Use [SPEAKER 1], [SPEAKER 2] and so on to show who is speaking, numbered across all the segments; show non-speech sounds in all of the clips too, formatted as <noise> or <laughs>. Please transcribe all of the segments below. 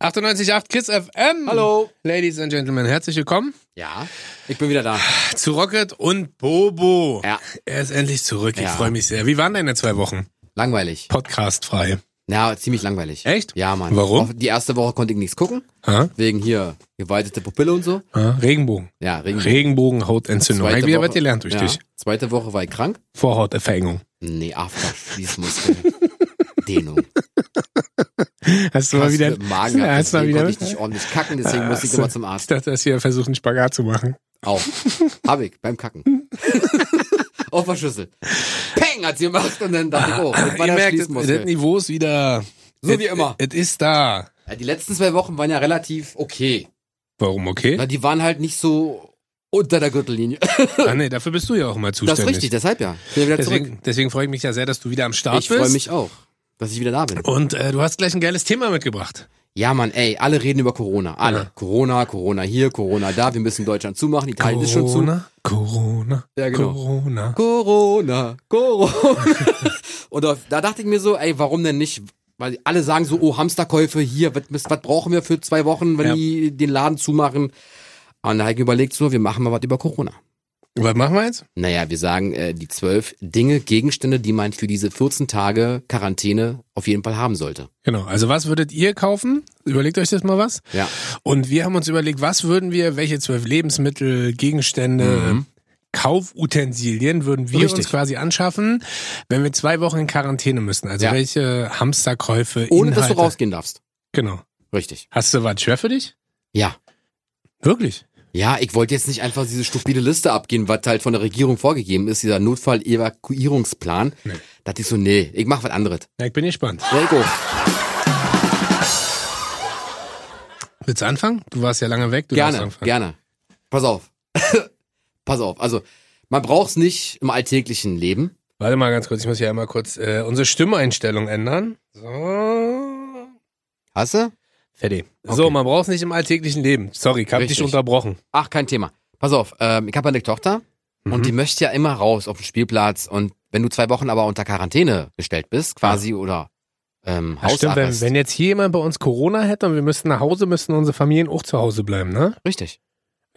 [SPEAKER 1] 98.8 KISS FM.
[SPEAKER 2] Hallo.
[SPEAKER 1] Ladies and Gentlemen, herzlich willkommen
[SPEAKER 2] Ja, ich bin wieder da.
[SPEAKER 1] zu Rocket und Bobo.
[SPEAKER 2] Ja.
[SPEAKER 1] Er ist endlich zurück. Ich
[SPEAKER 2] Ja.
[SPEAKER 1] freue mich sehr. Wie waren deine zwei Wochen?
[SPEAKER 2] Langweilig.
[SPEAKER 1] Podcastfrei.
[SPEAKER 2] Ja, ziemlich langweilig.
[SPEAKER 1] Echt?
[SPEAKER 2] Ja, Mann.
[SPEAKER 1] Warum?
[SPEAKER 2] Auf- Die erste Woche konnte ich nichts gucken.
[SPEAKER 1] Ha?
[SPEAKER 2] Wegen hier geweitete Pupille und so.
[SPEAKER 1] Ha? Regenbogen.
[SPEAKER 2] Ja, Regen.
[SPEAKER 1] Regenbogenhautentzündung. Habe ich wieder was gelernt durch
[SPEAKER 2] ja,
[SPEAKER 1] dich.
[SPEAKER 2] Zweite Woche war ich krank.
[SPEAKER 1] Vorhautverengung. <laughs>
[SPEAKER 2] Nee, Afterschließmuskel. Dehnung.
[SPEAKER 1] Hast du mal wieder.
[SPEAKER 2] mit dem Magen gehabt,
[SPEAKER 1] <laughs> hast du mal
[SPEAKER 2] deswegen
[SPEAKER 1] wieder.
[SPEAKER 2] konnte ich nicht ordentlich kacken, deswegen musste ich
[SPEAKER 1] Hast du-
[SPEAKER 2] immer zum Arzt.
[SPEAKER 1] Ich dachte, dass wir versuchen, einen Spagat zu machen. <laughs>
[SPEAKER 2] Auch. Hab ich, beim Kacken. Auf der Schüssel. Peng hat sie gemacht und dann dachte ich, oh,
[SPEAKER 1] <laughs>
[SPEAKER 2] das war
[SPEAKER 1] Ihr
[SPEAKER 2] der
[SPEAKER 1] merkt, das, das
[SPEAKER 2] Schließmuskel.
[SPEAKER 1] Niveau ist wieder.
[SPEAKER 2] So
[SPEAKER 1] Es-
[SPEAKER 2] wie immer.
[SPEAKER 1] Es ist da.
[SPEAKER 2] Ja, die letzten zwei Wochen waren ja relativ okay.
[SPEAKER 1] Warum okay?
[SPEAKER 2] Na, die waren halt nicht so unter der Gürtellinie.
[SPEAKER 1] Ah, nee, dafür bist du ja auch immer
[SPEAKER 2] Das
[SPEAKER 1] zuständig.
[SPEAKER 2] ist richtig, deshalb ja. Bin ja wieder zurück.
[SPEAKER 1] Deswegen, deswegen freue ich mich ja sehr, dass du wieder am Start
[SPEAKER 2] Ich
[SPEAKER 1] bist.
[SPEAKER 2] freue mich auch, dass ich wieder da bin.
[SPEAKER 1] Und äh, du hast gleich ein geiles Thema mitgebracht.
[SPEAKER 2] Ja, Mann, ey, alle reden über Corona. Alle.
[SPEAKER 1] Ja.
[SPEAKER 2] Corona, Corona hier, Corona da. Wir müssen Deutschland zumachen. Italien ist schon zu.
[SPEAKER 1] Corona, Corona,
[SPEAKER 2] Ja, genau.
[SPEAKER 1] Corona.
[SPEAKER 2] Corona, Corona. <laughs> und auf, da dachte ich mir so, ey, warum denn nicht? Weil alle sagen so, oh, Hamsterkäufe hier, was, müssen- was brauchen wir für zwei Wochen, wenn
[SPEAKER 1] Ja.
[SPEAKER 2] die den Laden zumachen? Und da habe ich mir überlegt, so, wir machen mal was über Corona.
[SPEAKER 1] Was machen wir jetzt?
[SPEAKER 2] Naja, wir sagen äh, die zwölf Dinge, Gegenstände, die man für diese 14 Tage Quarantäne auf jeden Fall haben sollte.
[SPEAKER 1] Genau, also was würdet ihr kaufen? Überlegt euch das mal was.
[SPEAKER 2] Ja.
[SPEAKER 1] Und wir haben uns überlegt, was würden wir, welche zwölf Lebensmittel, Gegenstände, Kaufutensilien würden wir
[SPEAKER 2] Mhm. Richtig.
[SPEAKER 1] uns quasi anschaffen, wenn wir zwei Wochen in Quarantäne müssten. Also
[SPEAKER 2] Ja.
[SPEAKER 1] welche Hamsterkäufe,
[SPEAKER 2] Ohne dass
[SPEAKER 1] Inhalte.
[SPEAKER 2] du rausgehen darfst.
[SPEAKER 1] Genau.
[SPEAKER 2] Richtig.
[SPEAKER 1] Hast du was schwer für dich?
[SPEAKER 2] Ja.
[SPEAKER 1] Wirklich?
[SPEAKER 2] Ja, ich wollte jetzt nicht einfach diese stupide Liste abgehen, was halt von der Regierung vorgegeben ist, dieser Notfall-Evakuierungsplan.
[SPEAKER 1] Nee.
[SPEAKER 2] Da dachte ich so, nee, ich mach was anderes.
[SPEAKER 1] Na, ich bin gespannt.
[SPEAKER 2] Reiko.
[SPEAKER 1] Willst du anfangen? Du warst ja lange weg. Du darfst
[SPEAKER 2] Gerne,
[SPEAKER 1] anfangen.
[SPEAKER 2] gerne. Pass auf. <laughs> Pass auf. Also, man braucht's nicht im alltäglichen Leben.
[SPEAKER 1] Warte mal ganz kurz, ich muss hier einmal kurz äh, unsere Stimmeinstellung ändern. So.
[SPEAKER 2] Hast du?
[SPEAKER 1] Fertig. So, man braucht es nicht im alltäglichen Leben. Sorry, ich hab
[SPEAKER 2] Richtig.
[SPEAKER 1] dich unterbrochen.
[SPEAKER 2] Ach, kein Thema. Pass auf, ähm, ich habe eine Tochter
[SPEAKER 1] Mhm.
[SPEAKER 2] und die möchte ja immer raus auf den Spielplatz. Und wenn du zwei Wochen aber unter Quarantäne gestellt bist, quasi oder ähm,
[SPEAKER 1] Ja, stimmt, wenn,
[SPEAKER 2] Hausarrest.
[SPEAKER 1] wenn jetzt hier jemand bei uns Corona hätte und wir müssten nach Hause, müssten unsere Familien auch zu Hause bleiben, ne?
[SPEAKER 2] Richtig.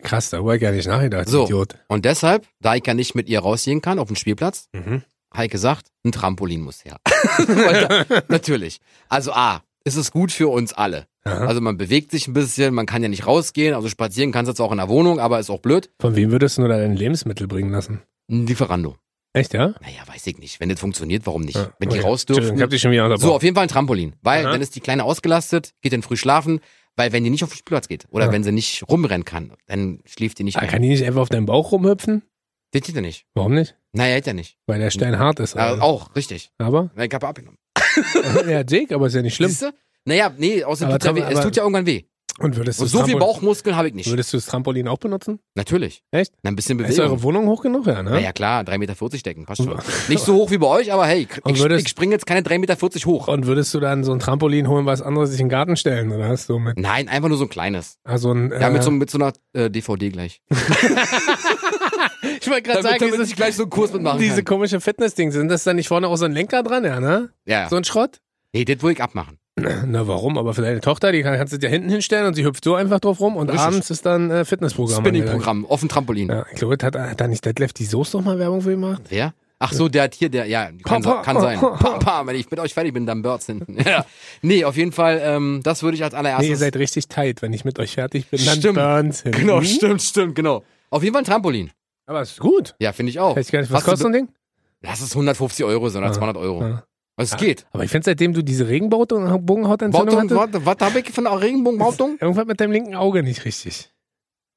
[SPEAKER 1] Krass, da war ich gar nicht nachgedacht,
[SPEAKER 2] So.
[SPEAKER 1] Idiot.
[SPEAKER 2] Und deshalb, da ich ja nicht mit ihr rausgehen kann auf den Spielplatz,
[SPEAKER 1] Mhm.
[SPEAKER 2] habe ich gesagt, ein Trampolin muss her. <laughs> Weil da- Natürlich. Also A, ist es gut für uns alle.
[SPEAKER 1] Aha.
[SPEAKER 2] Also man bewegt sich ein bisschen, man kann ja nicht rausgehen, also spazieren kannst du jetzt auch in der Wohnung, aber ist auch blöd.
[SPEAKER 1] Von wem würdest du nur dein Lebensmittel bringen lassen?
[SPEAKER 2] Ein Lieferando.
[SPEAKER 1] Echt, ja?
[SPEAKER 2] Naja, weiß ich nicht. Wenn das funktioniert, warum nicht?
[SPEAKER 1] ja
[SPEAKER 2] Wenn die
[SPEAKER 1] okay.
[SPEAKER 2] raus
[SPEAKER 1] Entschuldigung, Ich
[SPEAKER 2] dürfen,
[SPEAKER 1] hab dich schon wieder
[SPEAKER 2] So,
[SPEAKER 1] unterbrochen.
[SPEAKER 2] auf jeden Fall ein Trampolin. Weil,
[SPEAKER 1] Aha.
[SPEAKER 2] wenn es die Kleine ausgelastet, geht dann früh schlafen. Weil, wenn die nicht auf den Spielplatz geht oder
[SPEAKER 1] Ja.
[SPEAKER 2] wenn sie nicht rumrennen kann, dann schläft die nicht
[SPEAKER 1] ah,
[SPEAKER 2] mehr.
[SPEAKER 1] kann die nicht einfach auf deinem Bauch rumhüpfen?
[SPEAKER 2] Das geht ja nicht.
[SPEAKER 1] Warum nicht?
[SPEAKER 2] Naja, geht ja nicht.
[SPEAKER 1] Weil der Stein hart ist.
[SPEAKER 2] Ja,
[SPEAKER 1] oder?
[SPEAKER 2] auch, richtig.
[SPEAKER 1] Aber? <laughs>
[SPEAKER 2] Na, Ich habe abgenommen.
[SPEAKER 1] ja, Jake, aber ist ja nicht
[SPEAKER 2] <laughs>
[SPEAKER 1] schlimm.
[SPEAKER 2] Siehste? Naja, nee, außerdem
[SPEAKER 1] Aber
[SPEAKER 2] tut ja
[SPEAKER 1] Tram-
[SPEAKER 2] weh. es
[SPEAKER 1] aber-
[SPEAKER 2] tut ja irgendwann weh.
[SPEAKER 1] Und würdest du
[SPEAKER 2] Und so
[SPEAKER 1] das
[SPEAKER 2] viel
[SPEAKER 1] Trampol-
[SPEAKER 2] Bauchmuskeln habe ich nicht.
[SPEAKER 1] Würdest du das Trampolin auch benutzen?
[SPEAKER 2] Natürlich.
[SPEAKER 1] Echt?
[SPEAKER 2] Na, ein bisschen
[SPEAKER 1] Ist
[SPEAKER 2] Bewegung.
[SPEAKER 1] eure Wohnung hoch genug, ja, ne?
[SPEAKER 2] Naja, klar, 3,40 Meter decken, passt schon.
[SPEAKER 1] Ja.
[SPEAKER 2] Nicht so hoch wie bei euch, aber hey, ich,
[SPEAKER 1] Und
[SPEAKER 2] ich,
[SPEAKER 1] würdest- Oh.
[SPEAKER 2] ich springe jetzt keine 3,40 Meter hoch.
[SPEAKER 1] Und würdest du dann so ein Trampolin holen, was andere sich in den Garten stellen, oder hast du mit
[SPEAKER 2] Nein, einfach nur so ein kleines.
[SPEAKER 1] also ein
[SPEAKER 2] Ja, mit so, mit so einer äh, DVD gleich.
[SPEAKER 1] ich wollte gerade
[SPEAKER 2] Damit,
[SPEAKER 1] sagen,
[SPEAKER 2] damit
[SPEAKER 1] dieses,
[SPEAKER 2] ich gleich so einen Kurs mitmachen
[SPEAKER 1] diese
[SPEAKER 2] kann.
[SPEAKER 1] komische Fitnessding, sind das dann nicht vorne auch so ein Lenker dran, ja, ne?
[SPEAKER 2] Ja, ja.
[SPEAKER 1] So ein Schrott?
[SPEAKER 2] Nee, das will ich abmachen.
[SPEAKER 1] Na warum? Aber für deine Tochter, die kann, kannst du dir hinten hinstellen und sie hüpft so einfach drauf rum und
[SPEAKER 2] Richtig.
[SPEAKER 1] abends ist dann äh, Fitnessprogramm. angesagt.
[SPEAKER 2] Spinning-Programm, offen Trampolin.
[SPEAKER 1] Ja, ich glaube, das hat, hat da nicht Detlef die Soße noch mal Werbung für gemacht?
[SPEAKER 2] Wer? Ach so, der hat hier, der, ja, kann,
[SPEAKER 1] Papa.
[SPEAKER 2] se- kann sein. Papa, wenn ich mit euch fertig bin, dann Birds hinten. <laughs> Ja. Nee, auf jeden Fall, ähm, das würde ich als allererstes.
[SPEAKER 1] Nee, ihr seid richtig tight. Wenn ich mit euch fertig bin, dann
[SPEAKER 2] Stimmt.
[SPEAKER 1] Burns hin.
[SPEAKER 2] <laughs> genau,
[SPEAKER 1] Mhm.
[SPEAKER 2] stimmt, stimmt, genau. Auf jeden Fall ein Trampolin.
[SPEAKER 1] Aber ist gut.
[SPEAKER 2] Ja, finde ich auch.
[SPEAKER 1] Weiß ich gar nicht, was
[SPEAKER 2] Oh, Hast du
[SPEAKER 1] kostet so ein Ding?
[SPEAKER 2] Lass es 150 Euro sein oder
[SPEAKER 1] Ah,
[SPEAKER 2] 200 Euro.
[SPEAKER 1] ah.
[SPEAKER 2] Also es geht.
[SPEAKER 1] Aber ich finde, seitdem du diese Regenbogenhautentzündung
[SPEAKER 2] Bautung,
[SPEAKER 1] hattest,
[SPEAKER 2] warte, was habe ich von
[SPEAKER 1] <laughs>
[SPEAKER 2] einer Regenbogenbautung?
[SPEAKER 1] irgendwas mit deinem linken Auge nicht richtig.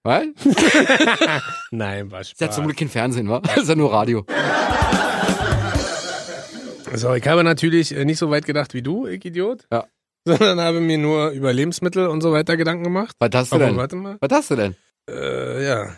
[SPEAKER 2] Was?
[SPEAKER 1] Nein, war
[SPEAKER 2] Ist ja zum
[SPEAKER 1] Spaß.
[SPEAKER 2] Glück kein Fernsehen, wa? <laughs> Ist ja nur Radio.
[SPEAKER 1] So, ich habe natürlich äh, nicht so weit gedacht wie du, ich Idiot.
[SPEAKER 2] Ja.
[SPEAKER 1] <laughs> Sondern habe mir nur über Lebensmittel und so weiter Gedanken gemacht.
[SPEAKER 2] Was hast du
[SPEAKER 1] Aber
[SPEAKER 2] denn?
[SPEAKER 1] warte mal.
[SPEAKER 2] Was hast du denn?
[SPEAKER 1] Äh, ja.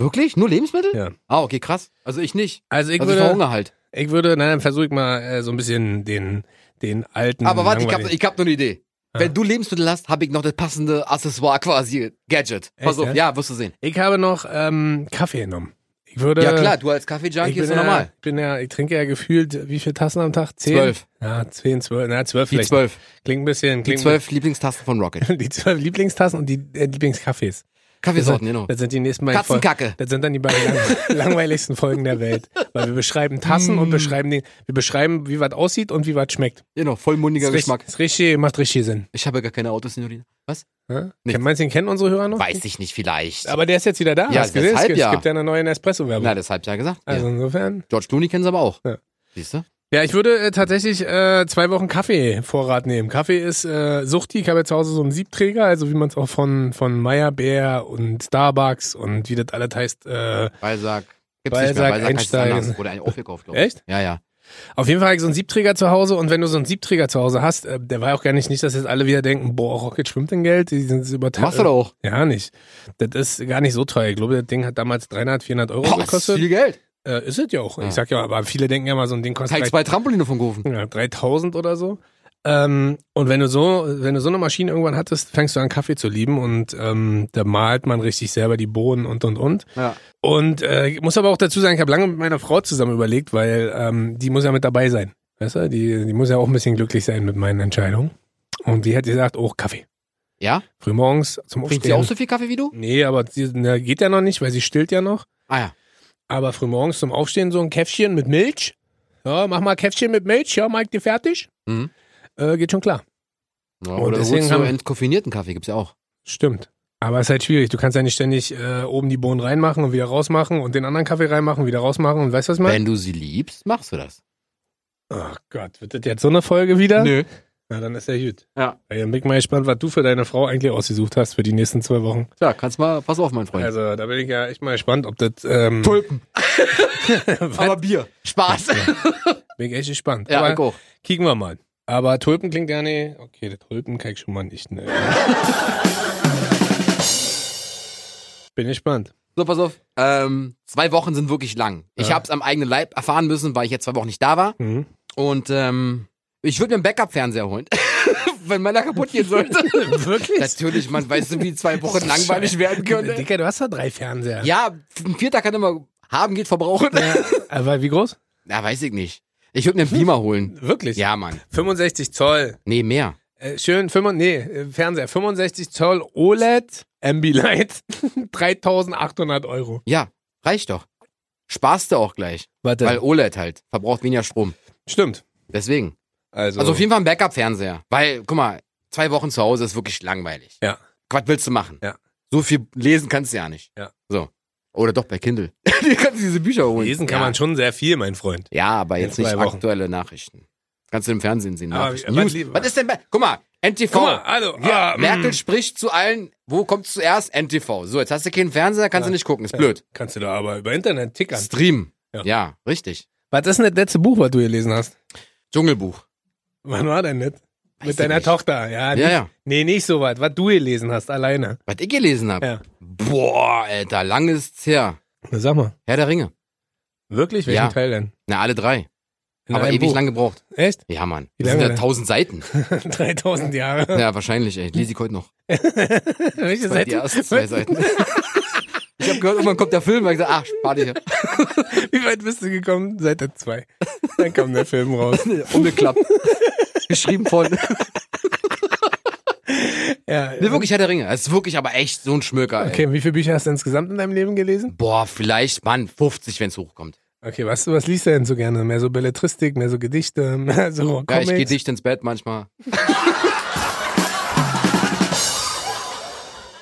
[SPEAKER 2] Wirklich? Nur Lebensmittel?
[SPEAKER 1] Ja.
[SPEAKER 2] Ah, okay, krass. Also ich nicht.
[SPEAKER 1] Also ich
[SPEAKER 2] also ich
[SPEAKER 1] würde,
[SPEAKER 2] verhungere halt.
[SPEAKER 1] ich würde, nein, dann versuche ich mal äh, so ein bisschen den, den alten.
[SPEAKER 2] Aber warte, ich hab,
[SPEAKER 1] langweiligen-
[SPEAKER 2] ich hab nur eine Idee.
[SPEAKER 1] Hm, Ja.
[SPEAKER 2] Wenn du Lebensmittel hast, habe ich noch das passende Accessoire quasi, Gadget. Pass
[SPEAKER 1] Echt,
[SPEAKER 2] auf,
[SPEAKER 1] ja?
[SPEAKER 2] ja, wirst du sehen.
[SPEAKER 1] ich habe noch ähm, Kaffee genommen. Ich würde.
[SPEAKER 2] Ja klar, du als Kaffee-Junkie
[SPEAKER 1] ich
[SPEAKER 2] ist
[SPEAKER 1] bin äh,
[SPEAKER 2] ja
[SPEAKER 1] ja,
[SPEAKER 2] normal.
[SPEAKER 1] Ich bin ja, ich trinke ja gefühlt, wie viele Tassen am Tag? Zehn?
[SPEAKER 2] Zwölf.
[SPEAKER 1] Ja, zehn, zwölf. Na, zwölf
[SPEAKER 2] Die
[SPEAKER 1] vielleicht.
[SPEAKER 2] zwölf.
[SPEAKER 1] Klingt ein bisschen.
[SPEAKER 2] Die
[SPEAKER 1] Klingt
[SPEAKER 2] zwölf Lieblingstasten von
[SPEAKER 1] <laughs>
[SPEAKER 2] Rocket.
[SPEAKER 1] Die zwölf Lieblingstassen und die äh, Lieblingskaffees.
[SPEAKER 2] Kaffeesorten, genau.
[SPEAKER 1] Das sind die nächsten beiden Folgen.
[SPEAKER 2] Katzenkacke.
[SPEAKER 1] Das sind dann die beiden lang
[SPEAKER 2] <laughs>
[SPEAKER 1] langweiligsten Folgen der Welt. Weil wir beschreiben Tassen
[SPEAKER 2] Mm.
[SPEAKER 1] und beschreiben den, wir beschreiben, wie was aussieht und wie was schmeckt.
[SPEAKER 2] Genau, vollmundiger
[SPEAKER 1] Ist richtig,
[SPEAKER 2] Geschmack.
[SPEAKER 1] ist richtig, macht richtig Sinn.
[SPEAKER 2] Ich habe ja gar keine Autos, Signorina. Was?
[SPEAKER 1] Ne?
[SPEAKER 2] Nichts.
[SPEAKER 1] Meinst du, den kennen unsere Hörer noch?
[SPEAKER 2] Weiß ich nicht, vielleicht.
[SPEAKER 1] Aber der ist jetzt wieder da.
[SPEAKER 2] Ja,
[SPEAKER 1] Hast du gesehen? Es
[SPEAKER 2] deshalb
[SPEAKER 1] gibt-
[SPEAKER 2] ja.
[SPEAKER 1] Es gibt ja eine neue Nespresso-Werbung.
[SPEAKER 2] Na, deshalb ja gesagt.
[SPEAKER 1] Also
[SPEAKER 2] ja.
[SPEAKER 1] insofern.
[SPEAKER 2] George Clooney kennen sie aber auch.
[SPEAKER 1] Ja.
[SPEAKER 2] Siehst du?
[SPEAKER 1] Ja, ich würde äh, tatsächlich äh, zwei Wochen Kaffee Vorrat nehmen. Kaffee ist äh, suchtig. Ich habe ja zu Hause so einen Siebträger, also wie man es auch von von Meyer Bär und Starbucks und wie das alles heißt. Äh,
[SPEAKER 2] Balzac. Gibt's
[SPEAKER 1] Balzac,
[SPEAKER 2] nicht mehr. Balzac heißt es
[SPEAKER 1] Einstein.
[SPEAKER 2] anders. Wurde ein aufgekauft, glaube ich.
[SPEAKER 1] echt?
[SPEAKER 2] Ja, ja.
[SPEAKER 1] Auf jeden Fall habe ich so einen Siebträger zu Hause und wenn du so einen Siebträger zu Hause hast, äh, der war auch gar nicht, nicht, dass jetzt alle wieder denken, boah, Rocket schwimmt in Geld, die sind überteuert.
[SPEAKER 2] Machst du doch auch.
[SPEAKER 1] Ja, nicht. Das ist gar nicht so teuer. Ich glaube, das Ding hat damals 300, 400 Euro
[SPEAKER 2] Boah, das ist
[SPEAKER 1] gekostet.
[SPEAKER 2] viel Geld.
[SPEAKER 1] Äh, ist es ja auch.
[SPEAKER 2] Ja.
[SPEAKER 1] Ich sag ja, aber viele denken ja mal, so ein Ding kostet
[SPEAKER 2] Teil
[SPEAKER 1] gleich
[SPEAKER 2] zwei Trampoline von Gofen.
[SPEAKER 1] ja, 3000 oder so. Ähm, und wenn du so, wenn du so eine Maschine irgendwann hattest, fängst du an Kaffee zu lieben und ähm, da malt man richtig selber die Bohnen und und und.
[SPEAKER 2] Ja.
[SPEAKER 1] Und äh, ich muss aber auch dazu sagen, ich habe lange mit meiner Frau zusammen überlegt, weil ähm, die muss ja mit dabei sein. Weißt du, die, die muss ja auch ein bisschen glücklich sein mit meinen Entscheidungen. Und die hat gesagt, oh, Kaffee.
[SPEAKER 2] Ja?
[SPEAKER 1] Frühmorgens zum
[SPEAKER 2] Trinkt sie auch
[SPEAKER 1] Aufstehen.
[SPEAKER 2] so viel Kaffee wie du?
[SPEAKER 1] Nee, aber sie, na, geht ja noch nicht, weil sie stillt ja noch.
[SPEAKER 2] Ah ja.
[SPEAKER 1] Aber frühmorgens zum Aufstehen so ein Käffchen mit Milch. Ja, mach mal Käffchen mit Milch. Ja, Mike, dir fertig?
[SPEAKER 2] Mhm.
[SPEAKER 1] Äh, geht schon klar.
[SPEAKER 2] ja
[SPEAKER 1] Und
[SPEAKER 2] oder
[SPEAKER 1] deswegen
[SPEAKER 2] deswegen so
[SPEAKER 1] haben-
[SPEAKER 2] entkoffinierten Kaffee gibt's ja auch.
[SPEAKER 1] Stimmt. Aber es ist halt schwierig. Du kannst ja nicht ständig äh, oben die Bohnen reinmachen und wieder rausmachen und den anderen Kaffee reinmachen, wieder rausmachen und weißt du was mal?
[SPEAKER 2] Wenn du sie liebst, machst du das.
[SPEAKER 1] Oh Gott, wird das jetzt so eine Folge wieder?
[SPEAKER 2] Nö.
[SPEAKER 1] Na, dann ist ja gut.
[SPEAKER 2] Ja.
[SPEAKER 1] Ey, Dann bin ich mal gespannt, was du für deine Frau eigentlich ausgesucht hast für die nächsten zwei Wochen.
[SPEAKER 2] Tja, kannst mal, pass auf, mein Freund.
[SPEAKER 1] Also, da bin ich ja echt mal gespannt, ob das. Ähm,
[SPEAKER 2] <laughs> Tulpen.
[SPEAKER 1] was?
[SPEAKER 2] Aber Bier. Spaß.
[SPEAKER 1] bin ich echt gespannt.
[SPEAKER 2] Ja,
[SPEAKER 1] Aber
[SPEAKER 2] Alko.
[SPEAKER 1] kicken wir mal. Aber Tulpen klingt ja nicht. Okay, der Tulpen kann ich schon mal nicht. Ne. bin gespannt.
[SPEAKER 2] So, pass auf. Ähm, zwei Wochen sind wirklich lang. Ich
[SPEAKER 1] Ja.
[SPEAKER 2] hab's am eigenen Leib erfahren müssen, weil ich jetzt zwei Wochen nicht da war.
[SPEAKER 1] Mhm.
[SPEAKER 2] Und ähm, ich würde mir einen Backup-Fernseher holen, <laughs> wenn meiner kaputt
[SPEAKER 1] <laughs>
[SPEAKER 2] gehen sollte.
[SPEAKER 1] Wirklich?
[SPEAKER 2] Natürlich, man weiß nicht, wie zwei
[SPEAKER 1] <laughs>
[SPEAKER 2] Wochen langweilig werden können.
[SPEAKER 1] Dicker, du hast ja drei Fernseher.
[SPEAKER 2] Ja, ein Vierter kann immer haben geht verbrauchen.
[SPEAKER 1] Aber wie groß?
[SPEAKER 2] <laughs> Na, weiß ich nicht. Ich würde mir einen Beamer
[SPEAKER 1] <laughs>
[SPEAKER 2] holen.
[SPEAKER 1] Wirklich?
[SPEAKER 2] Ja, Mann.
[SPEAKER 1] 65 Zoll.
[SPEAKER 2] Nee, mehr.
[SPEAKER 1] Äh, schön, 5, nee, äh, Fernseher. 65 Zoll E OLED <laughs> Ambilight. 3800 Euro.
[SPEAKER 2] Ja, reicht doch. Sparst du auch gleich.
[SPEAKER 1] Warte.
[SPEAKER 2] Weil OLED halt verbraucht weniger Strom.
[SPEAKER 1] Stimmt.
[SPEAKER 2] Deswegen.
[SPEAKER 1] Also,
[SPEAKER 2] Also auf jeden Fall ein Backup-Fernseher. Weil, guck mal, zwei Wochen zu Hause ist wirklich langweilig.
[SPEAKER 1] Ja.
[SPEAKER 2] Was willst du machen?
[SPEAKER 1] Ja.
[SPEAKER 2] So viel lesen kannst du ja nicht.
[SPEAKER 1] Ja.
[SPEAKER 2] So. Oder doch bei Kindle. <laughs> Die kannst du diese Bücher holen.
[SPEAKER 1] lesen kann
[SPEAKER 2] ja.
[SPEAKER 1] man schon sehr viel, mein Freund.
[SPEAKER 2] Ja, aber
[SPEAKER 1] In
[SPEAKER 2] jetzt nicht
[SPEAKER 1] zwei Wochen. Ah,
[SPEAKER 2] aktuelle Nachrichten. Kannst du im Fernsehen sehen.
[SPEAKER 1] Aber
[SPEAKER 2] Nachrichten.
[SPEAKER 1] was
[SPEAKER 2] News.
[SPEAKER 1] lieber-
[SPEAKER 2] Was ist denn bei. Guck mal, NTV.
[SPEAKER 1] Guck mal, also,
[SPEAKER 2] Ja,
[SPEAKER 1] ah, mm.
[SPEAKER 2] Merkel spricht zu allen, wo kommt zuerst? NTV. So, jetzt hast du keinen Fernseher, kannst du nicht gucken. Ist blöd.
[SPEAKER 1] Kannst du da aber über Internet tickern.
[SPEAKER 2] Stream.
[SPEAKER 1] Ja.
[SPEAKER 2] Ja. richtig.
[SPEAKER 1] Was ist denn das letzte Buch, was du gelesen hast?
[SPEAKER 2] Dschungelbuch.
[SPEAKER 1] Wann war denn das?
[SPEAKER 2] Weiß ich
[SPEAKER 1] Mit deiner
[SPEAKER 2] nicht.
[SPEAKER 1] Tochter, ja.
[SPEAKER 2] Ja,
[SPEAKER 1] nicht,
[SPEAKER 2] ja.
[SPEAKER 1] Nee, nicht so weit. Was du gelesen hast, alleine.
[SPEAKER 2] Was ich gelesen habe.
[SPEAKER 1] Ja.
[SPEAKER 2] Boah, Alter, lang ist's her.
[SPEAKER 1] Na, sag mal.
[SPEAKER 2] Herr der Ringe.
[SPEAKER 1] Wirklich? Welchen
[SPEAKER 2] Ja.
[SPEAKER 1] Teil denn?
[SPEAKER 2] Na, alle drei.
[SPEAKER 1] In
[SPEAKER 2] Aber
[SPEAKER 1] einem
[SPEAKER 2] ewig
[SPEAKER 1] Buch.
[SPEAKER 2] lang gebraucht.
[SPEAKER 1] Echt? <laughs>
[SPEAKER 2] Ja, Mann.
[SPEAKER 1] Wie
[SPEAKER 2] das sind
[SPEAKER 1] lange
[SPEAKER 2] ja
[SPEAKER 1] denn? <laughs>
[SPEAKER 2] tausend Seiten.
[SPEAKER 1] 3000 Jahre.
[SPEAKER 2] Ja, wahrscheinlich, ey. Lies ich heute noch.
[SPEAKER 1] <laughs> Welche
[SPEAKER 2] Das waren die
[SPEAKER 1] Seite?
[SPEAKER 2] ersten zwei Seiten. Ich habe gehört, irgendwann kommt der Film. Ich hab gesagt, ach, spar dir.
[SPEAKER 1] Wie weit bist du gekommen? Seite 2. Dann kam der Film raus.
[SPEAKER 2] <laughs>
[SPEAKER 1] <laughs>
[SPEAKER 2] Umgeklappt. Geschrieben von.
[SPEAKER 1] Ja,
[SPEAKER 2] Nee, wirklich Herr der Ringe. Das ist wirklich aber echt so ein Schmöker, ey.
[SPEAKER 1] Okay, wie viele Bücher hast du insgesamt in deinem Leben gelesen?
[SPEAKER 2] Boah, vielleicht, Mann, 50, wenn's hochkommt.
[SPEAKER 1] Okay, was, was liest du denn so gerne? Mehr so Belletristik, mehr so Gedichte, <laughs> mehr so
[SPEAKER 2] Ja, ich
[SPEAKER 1] Comics? Hm.
[SPEAKER 2] gehe dicht ins Bett manchmal.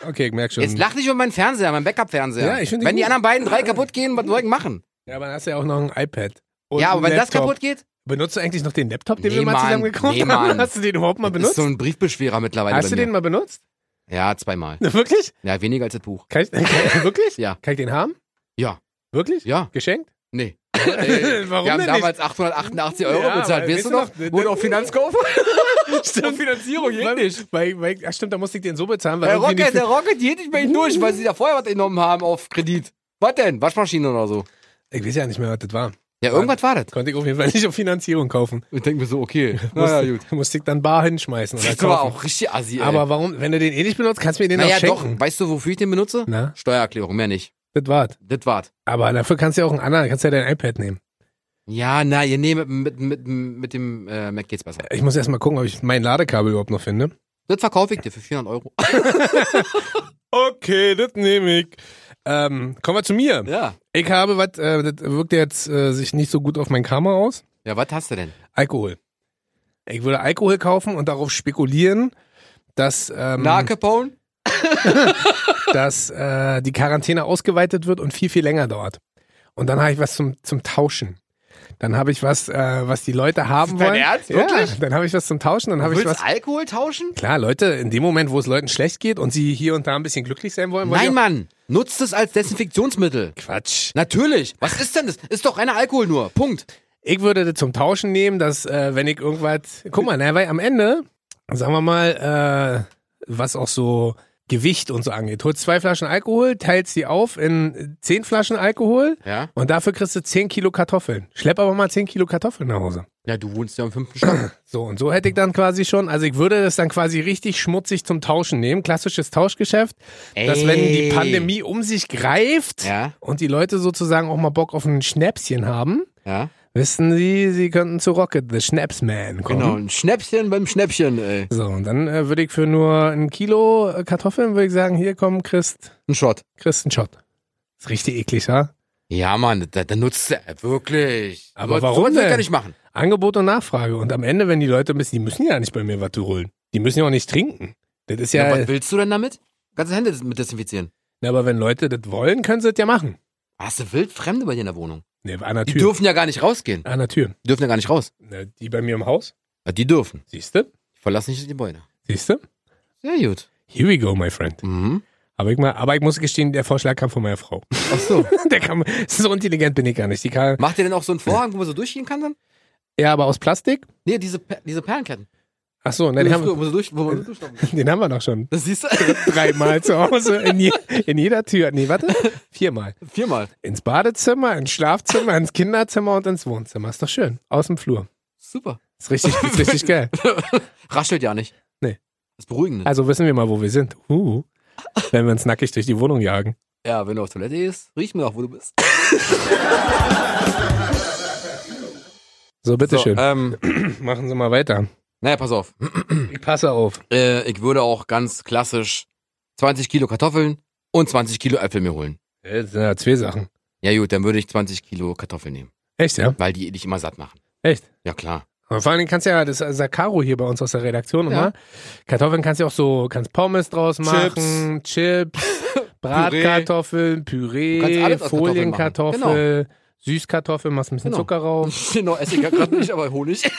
[SPEAKER 1] Okay, ich merk schon.
[SPEAKER 2] Jetzt lach nicht über meinen Fernseher, meinen Backup-Fernseher.
[SPEAKER 1] Ja, ich find die
[SPEAKER 2] wenn die
[SPEAKER 1] gut.
[SPEAKER 2] anderen beiden drei kaputt gehen, was soll ich machen?
[SPEAKER 1] Ja, aber dann hast du ja auch noch ein iPad. Und
[SPEAKER 2] ja, aber wenn
[SPEAKER 1] einen
[SPEAKER 2] das
[SPEAKER 1] Laptop.
[SPEAKER 2] kaputt geht,
[SPEAKER 1] Benutzt du eigentlich noch den Laptop, den
[SPEAKER 2] Nee,
[SPEAKER 1] wir mal
[SPEAKER 2] Mann.
[SPEAKER 1] zusammen gekauft
[SPEAKER 2] Nee,
[SPEAKER 1] haben? <laughs>
[SPEAKER 2] Mann.
[SPEAKER 1] Hast du den überhaupt mal
[SPEAKER 2] das
[SPEAKER 1] benutzt?
[SPEAKER 2] ist so ein Briefbeschwerer mittlerweile
[SPEAKER 1] hast
[SPEAKER 2] bei
[SPEAKER 1] du den
[SPEAKER 2] mir.
[SPEAKER 1] mal benutzt? <laughs>
[SPEAKER 2] Ja, zweimal.
[SPEAKER 1] Na, wirklich?
[SPEAKER 2] Ja, weniger als das Buch.
[SPEAKER 1] Kann ich, <laughs> kann, wirklich?
[SPEAKER 2] Ja.
[SPEAKER 1] Kann ich den haben?
[SPEAKER 2] Ja.
[SPEAKER 1] Wirklich?
[SPEAKER 2] Ja,
[SPEAKER 1] Geschenkt?
[SPEAKER 2] <laughs> nee.
[SPEAKER 1] <laughs> Warum
[SPEAKER 2] wir haben
[SPEAKER 1] denn
[SPEAKER 2] damals 888 Euro
[SPEAKER 1] Ja,
[SPEAKER 2] bezahlt.
[SPEAKER 1] weil,
[SPEAKER 2] Weißt du noch?
[SPEAKER 1] weißt du noch,
[SPEAKER 2] Wurde auf <laughs> Finanzkauf?
[SPEAKER 1] Stimmt, Finanzierung,
[SPEAKER 2] geht
[SPEAKER 1] nicht. Weil, weil, ach stimmt, da musste ich den so bezahlen, weil
[SPEAKER 2] Der
[SPEAKER 1] irgendwie
[SPEAKER 2] Rocket,
[SPEAKER 1] nicht
[SPEAKER 2] der Rocket, die hätte ich bei ihnen durch, weil sie da vorher was genommen haben auf Kredit. Was denn? Waschmaschine oder so.
[SPEAKER 1] viel- Ich weiß ja nicht mehr, was das war.
[SPEAKER 2] Ja, irgendwas war das.
[SPEAKER 1] Konnte ich auf jeden Fall nicht auf Finanzierung kaufen.
[SPEAKER 2] Ich denke mir so, <laughs> okay. Naja, gut.
[SPEAKER 1] <laughs> Musste ich dann bar hinschmeißen oder
[SPEAKER 2] Das <laughs> war
[SPEAKER 1] kaufen.
[SPEAKER 2] auch richtig assi, ey.
[SPEAKER 1] Aber warum, wenn du den eh nicht benutzt, kannst du mir den
[SPEAKER 2] naja,
[SPEAKER 1] auch
[SPEAKER 2] doch.
[SPEAKER 1] schenken.
[SPEAKER 2] Weißt du, wofür ich den benutze?
[SPEAKER 1] Na?
[SPEAKER 2] Steuererklärung, mehr nicht.
[SPEAKER 1] Das war's.
[SPEAKER 2] Das war's.
[SPEAKER 1] Aber dafür kannst du ja auch einen anderen, kannst ja dein iPad nehmen.
[SPEAKER 2] Ja, na, ihr nehmt mit, mit, mit, mit dem äh, Mac geht's besser.
[SPEAKER 1] Ich muss erst mal gucken, ob ich mein Ladekabel überhaupt noch finde.
[SPEAKER 2] Das verkaufe ich dir für 400 Euro.
[SPEAKER 1] Okay, das nehme ich. Ähm, kommen wir zu mir.
[SPEAKER 2] Ja.
[SPEAKER 1] Ich habe was, äh, das wirkt jetzt äh, sich nicht so gut auf mein Karma aus.
[SPEAKER 2] Ja, was hast du denn?
[SPEAKER 1] Alkohol. Ich würde Alkohol kaufen und darauf spekulieren, dass, ähm,
[SPEAKER 2] Na, Capone?
[SPEAKER 1] dass äh, die Quarantäne ausgeweitet wird und viel, viel länger dauert. Und dann habe ich was zum, zum Tauschen. Dann habe ich was, äh, was die Leute haben
[SPEAKER 2] dein
[SPEAKER 1] wollen.
[SPEAKER 2] Ernst?
[SPEAKER 1] Ja,
[SPEAKER 2] Wirklich?
[SPEAKER 1] dann habe ich was zum Tauschen, dann habe ich was.
[SPEAKER 2] Willst Alkohol tauschen?
[SPEAKER 1] Klar, Leute, in dem Moment, wo es Leuten schlecht geht und sie hier und da ein bisschen glücklich sein wollen, wollen die
[SPEAKER 2] Nein,
[SPEAKER 1] auch-
[SPEAKER 2] Mann. Nutzt es als Desinfektionsmittel.
[SPEAKER 1] Quatsch.
[SPEAKER 2] Natürlich. Was ist denn das? Ist doch reiner Alkohol nur. Punkt.
[SPEAKER 1] Ich würde das zum Tauschen nehmen, dass äh, wenn ich irgendwas. Guck mal, na, weil am Ende, sagen wir mal, äh, was auch so Gewicht und so angeht, holst zwei Flaschen Alkohol, teilst die auf in zehn Flaschen Alkohol
[SPEAKER 2] Ja?
[SPEAKER 1] und dafür kriegst du 10 Kilo Kartoffeln. Schlepp aber mal 10 Kilo Kartoffeln nach Hause.
[SPEAKER 2] Ja, du wohnst ja im fünften <clears throat> Stock.
[SPEAKER 1] So, und so hätte ich dann quasi schon, also ich würde das dann quasi richtig schmutzig zum Tauschen nehmen. Klassisches Tauschgeschäft, dass wenn die
[SPEAKER 2] Ey.
[SPEAKER 1] Pandemie um sich greift
[SPEAKER 2] Ja?
[SPEAKER 1] und die Leute sozusagen auch mal Bock auf ein Schnäpschen haben,
[SPEAKER 2] Ja?
[SPEAKER 1] Wissen Sie, Sie könnten zu Rocket the Schnapsman kommen.
[SPEAKER 2] Genau. Ein Schnäppchen beim Schnäppchen, ey.
[SPEAKER 1] So, und dann äh, würde ich für nur ein Kilo äh, Kartoffeln, würde ich sagen, hier komm, Christ,
[SPEAKER 2] Ein Shot.
[SPEAKER 1] Christ einen Shot. Ist richtig eklig, ja?
[SPEAKER 2] Ja, Mann, da, da nutzt er wirklich.
[SPEAKER 1] Aber
[SPEAKER 2] So-
[SPEAKER 1] warum
[SPEAKER 2] sowas will ich
[SPEAKER 1] denn?
[SPEAKER 2] gar nicht machen.
[SPEAKER 1] Angebot und Nachfrage. Und am Ende, wenn die Leute müssen, die müssen ja nicht bei mir was holen. Die müssen ja auch nicht trinken. Das ist ja,
[SPEAKER 2] Ja, was willst du denn damit? Ganze Hände des- mit desinfizieren.
[SPEAKER 1] Na, aber wenn Leute das wollen, können sie das ja machen.
[SPEAKER 2] Hast du wild Fremde bei dir in der Wohnung?
[SPEAKER 1] Ne, an der
[SPEAKER 2] Die
[SPEAKER 1] Tür.
[SPEAKER 2] dürfen ja gar nicht rausgehen.
[SPEAKER 1] An der Tür.
[SPEAKER 2] Die dürfen ja gar nicht raus.
[SPEAKER 1] Na, die bei mir im Haus.
[SPEAKER 2] Ja, Die dürfen.
[SPEAKER 1] Siehst du?
[SPEAKER 2] Die verlassen nicht die Gebäude.
[SPEAKER 1] Siehst du?
[SPEAKER 2] Sehr gut.
[SPEAKER 1] Here we go, my friend.
[SPEAKER 2] Mhm.
[SPEAKER 1] Aber ich, mal, aber ich muss gestehen, der Vorschlag kam von meiner Frau.
[SPEAKER 2] Ach so.
[SPEAKER 1] <laughs> der kam, so intelligent bin ich gar nicht. Die kam,
[SPEAKER 2] Macht ihr denn auch so einen Vorhang, wo man so durchgehen kann dann?
[SPEAKER 1] Ja, aber aus Plastik?
[SPEAKER 2] Nee, diese, Per- diese Perlenketten.
[SPEAKER 1] Ach so, ne, den,
[SPEAKER 2] wo,
[SPEAKER 1] haben, genau.
[SPEAKER 2] man so durch, wo man so durchstoppen kann.
[SPEAKER 1] <laughs> den haben wir doch schon. <laughs>
[SPEAKER 2] Das siehst du?
[SPEAKER 1] Dreimal zu Hause, in, je, in jeder Tür. Nee,
[SPEAKER 2] <laughs>
[SPEAKER 1] warte, viermal.
[SPEAKER 2] Viermal.
[SPEAKER 1] Ins Badezimmer, ins Schlafzimmer, ins Kinderzimmer und ins Wohnzimmer. Ist doch schön. Aus dem Flur.
[SPEAKER 2] Super.
[SPEAKER 1] Ist richtig, ist richtig
[SPEAKER 2] <laughs>
[SPEAKER 1] geil.
[SPEAKER 2] Raschelt ja nicht.
[SPEAKER 1] Nee.
[SPEAKER 2] Ist beruhigend.
[SPEAKER 1] Also wissen wir mal, wo wir sind. Uh, wenn wir uns nackig durch die Wohnung jagen.
[SPEAKER 2] Ja, wenn du auf Toilette gehst, riecht man auch, wo du bist.
[SPEAKER 1] So, bitteschön.
[SPEAKER 2] So, ähm,
[SPEAKER 1] Machen Sie mal weiter.
[SPEAKER 2] naja, pass auf.
[SPEAKER 1] Ich passe auf.
[SPEAKER 2] Äh, ich würde auch ganz klassisch 20 Kilo Kartoffeln und 20 Kilo Äpfel mir holen.
[SPEAKER 1] Äh, Das sind ja zwei Sachen.
[SPEAKER 2] Ja gut, dann würde ich 20 Kilo Kartoffeln nehmen,
[SPEAKER 1] Echt, ja?
[SPEAKER 2] weil die dich immer satt machen.
[SPEAKER 1] Echt.
[SPEAKER 2] Ja klar. <laughs>
[SPEAKER 1] Und vor allen Dingen kannst du ja, das ist ja Caro hier bei uns aus der Redaktion
[SPEAKER 2] Ja.
[SPEAKER 1] immer. Kartoffeln kannst du ja auch so, kannst Pommes draus machen,
[SPEAKER 2] <laughs>
[SPEAKER 1] Chips, Bratkartoffeln,
[SPEAKER 2] Du kannst
[SPEAKER 1] Püree,
[SPEAKER 2] alles aus Kartoffeln machen.
[SPEAKER 1] Folienkartoffel, Süßkartoffel, machst ein bisschen
[SPEAKER 2] Genau.
[SPEAKER 1] Zucker rauf,
[SPEAKER 2] genau, esse ich ja gerade nicht, aber Honig.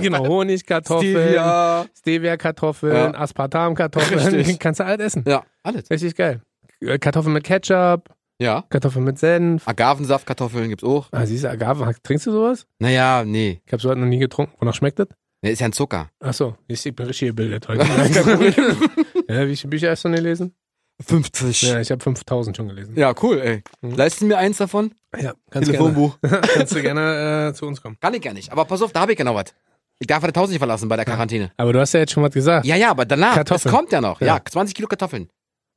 [SPEAKER 1] genau, Honigkartoffeln,
[SPEAKER 2] Stevia.
[SPEAKER 1] Stevia-Kartoffeln, Aspartamkartoffeln,
[SPEAKER 2] Richtig.
[SPEAKER 1] <laughs> kannst du alles essen.
[SPEAKER 2] Ja, alles.
[SPEAKER 1] Richtig geil. Äh, Kartoffeln mit Ketchup,
[SPEAKER 2] Ja.
[SPEAKER 1] Kartoffeln mit Senf.
[SPEAKER 2] Agavensaftkartoffeln gibt's auch.
[SPEAKER 1] Ah, siehst du, Agave, trinkst du sowas?
[SPEAKER 2] Naja, nee.
[SPEAKER 1] Ich habe sowas noch nie getrunken. Wonach schmeckt das?
[SPEAKER 2] Nee, Ne, ist ja ein Zucker.
[SPEAKER 1] Ach so, ich bin richtig gebildet
[SPEAKER 2] <laughs>
[SPEAKER 1] heute.
[SPEAKER 2] Kein
[SPEAKER 1] ja, wie viele Bücher hast du denn gelesen?
[SPEAKER 2] 50.
[SPEAKER 1] Ja, ich habe 5000 schon gelesen.
[SPEAKER 2] Ja, cool, ey.
[SPEAKER 1] Mhm.
[SPEAKER 2] Leisten mir eins davon?
[SPEAKER 1] Ja, kannst, Gerne, <laughs> kannst du gerne äh, zu uns kommen.
[SPEAKER 2] Kann ich ja nicht. Aber pass auf, da hab ich ja noch was. Ich darf ja das Haus nicht verlassen bei der Quarantäne.
[SPEAKER 1] Aber du hast ja jetzt schon was gesagt.
[SPEAKER 2] Ja, ja, aber danach.
[SPEAKER 1] Kartoffeln.
[SPEAKER 2] Es kommt ja noch.
[SPEAKER 1] Ja.
[SPEAKER 2] Ja. 20 Kilo Kartoffeln.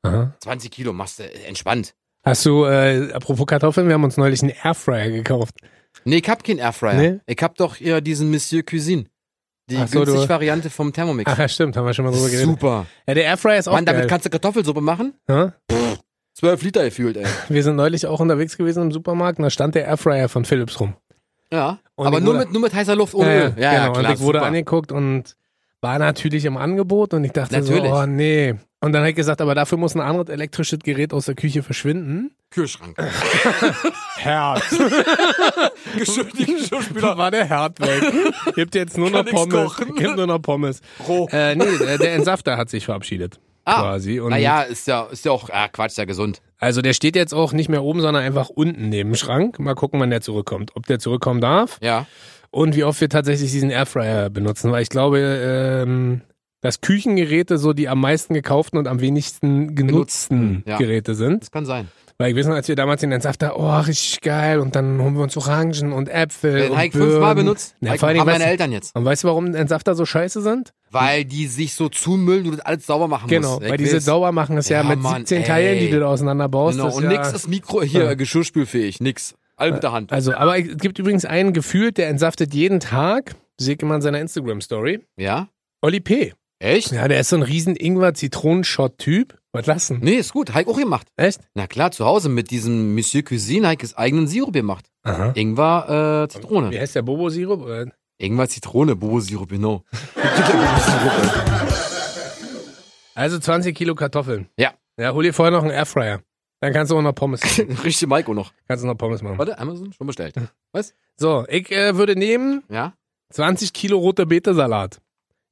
[SPEAKER 1] Aha.
[SPEAKER 2] 20 Kilo machst du äh, entspannt.
[SPEAKER 1] Hast du, äh, apropos Kartoffeln, wir haben uns neulich einen Airfryer gekauft.
[SPEAKER 2] Nee, ich hab keinen Airfryer.
[SPEAKER 1] Nee?
[SPEAKER 2] Ich hab doch hier diesen Monsieur Cuisine. Die
[SPEAKER 1] Ach so,
[SPEAKER 2] günstige
[SPEAKER 1] du-
[SPEAKER 2] Variante vom Thermomix.
[SPEAKER 1] Ach ja, stimmt, haben wir schon mal drüber geredet.
[SPEAKER 2] Super.
[SPEAKER 1] Ja, der Airfryer ist auch
[SPEAKER 2] Mann, damit
[SPEAKER 1] geil.
[SPEAKER 2] kannst du Kartoffelsuppe machen?
[SPEAKER 1] Ja?
[SPEAKER 2] 12 Liter
[SPEAKER 1] <laughs>
[SPEAKER 2] gefühlt, ey.
[SPEAKER 1] Wir sind neulich auch unterwegs gewesen im Supermarkt und da stand der Airfryer von Philips rum.
[SPEAKER 2] Ja.
[SPEAKER 1] Und
[SPEAKER 2] aber
[SPEAKER 1] ich
[SPEAKER 2] nur
[SPEAKER 1] wurde-
[SPEAKER 2] mit, nur mit heißer Luft ohne Öl. Oh, Ja, ja,
[SPEAKER 1] genau.
[SPEAKER 2] klar.
[SPEAKER 1] und ich wurde
[SPEAKER 2] super.
[SPEAKER 1] angeguckt und war natürlich im Angebot und ich dachte
[SPEAKER 2] Natürlich.
[SPEAKER 1] so, oh nee. Und dann habe ich gesagt, aber dafür muss ein anderes elektrisches Gerät aus der Küche verschwinden.
[SPEAKER 2] Kühlschrank.
[SPEAKER 1] <laughs> Herz.
[SPEAKER 2] Geschirrspüler.
[SPEAKER 1] Da war der Herd
[SPEAKER 2] <laughs>
[SPEAKER 1] weg. Gibt jetzt nur noch
[SPEAKER 2] Kann nix
[SPEAKER 1] Pommes.
[SPEAKER 2] kochen. Oh.
[SPEAKER 1] Gibt nur noch Pommes.
[SPEAKER 2] Roh.
[SPEAKER 1] Äh, nee, äh, der Entsafter hat sich verabschiedet.
[SPEAKER 2] Ah,
[SPEAKER 1] quasi. Und
[SPEAKER 2] Naja, ist ja, ist ja auch, ah, Quatsch, ist ja gesund.
[SPEAKER 1] Also der steht jetzt auch nicht mehr oben, sondern einfach unten neben dem Schrank. Mal gucken, wann der zurückkommt. Ob der zurückkommen darf
[SPEAKER 2] Ja.
[SPEAKER 1] und wie oft wir tatsächlich diesen Airfryer benutzen. Weil ich glaube, ähm, dass Küchengeräte so die am meisten gekauften und am wenigsten genutzten
[SPEAKER 2] Ja.
[SPEAKER 1] Geräte sind.
[SPEAKER 2] Das kann sein.
[SPEAKER 1] Weil ich weiß noch, als wir damals den Entsafter, oh, richtig geil, und dann holen wir uns Orangen und Äpfel.
[SPEAKER 2] Den
[SPEAKER 1] Äh, und
[SPEAKER 2] Hike fünfmal
[SPEAKER 1] Birnen.
[SPEAKER 2] benutzt.
[SPEAKER 1] Na,
[SPEAKER 2] Hike
[SPEAKER 1] vor allen
[SPEAKER 2] haben
[SPEAKER 1] Dingen,
[SPEAKER 2] meine
[SPEAKER 1] weißt,
[SPEAKER 2] Eltern jetzt.
[SPEAKER 1] und weißt du, warum Entsafter so scheiße sind?
[SPEAKER 2] Weil die sich so zumüllen und das alles sauber machen
[SPEAKER 1] Genau,
[SPEAKER 2] muss. Ich
[SPEAKER 1] weil diese
[SPEAKER 2] weiß.
[SPEAKER 1] sauber machen ist ja,
[SPEAKER 2] Ja,
[SPEAKER 1] mit
[SPEAKER 2] Mann,
[SPEAKER 1] 17
[SPEAKER 2] ey.
[SPEAKER 1] Teilen, die du da auseinanderbaust.
[SPEAKER 2] Genau,
[SPEAKER 1] ist
[SPEAKER 2] und
[SPEAKER 1] ja,
[SPEAKER 2] nix ist Mikro hier
[SPEAKER 1] Ja.
[SPEAKER 2] geschirrspülfähig, nix. All mit der Hand.
[SPEAKER 1] Also, aber es gibt übrigens einen gefühlt, der entsaftet jeden Tag. Sehe ich immer in seiner Instagram-Story.
[SPEAKER 2] Ja?
[SPEAKER 1] Oli P.
[SPEAKER 2] Echt?
[SPEAKER 1] Ja, der ist so ein riesen Ingwer-Zitronenshot-Typ. Was lassen?
[SPEAKER 2] Nee, ist gut. Heik auch gemacht.
[SPEAKER 1] Echt?
[SPEAKER 2] Na klar, zu Hause mit diesem Monsieur Cuisine Heikes eigenen Sirup gemacht.
[SPEAKER 1] Aha.
[SPEAKER 2] Ingwer, äh, Zitrone.
[SPEAKER 1] Wie heißt der Bobo-Sirup? oder?
[SPEAKER 2] Ingwer, Zitrone, Bobo-Sirup, genau.
[SPEAKER 1] <laughs> Also 20 Kilo Kartoffeln.
[SPEAKER 2] Ja.
[SPEAKER 1] Ja, hol dir vorher noch einen Airfryer. Dann kannst du auch noch Pommes machen.
[SPEAKER 2] <laughs> Richtig Maiko noch.
[SPEAKER 1] kannst du noch Pommes machen.
[SPEAKER 2] Warte, Amazon schon bestellt.
[SPEAKER 1] So, ich äh, würde nehmen
[SPEAKER 2] Ja?
[SPEAKER 1] 20 Kilo rote Bete-Salat.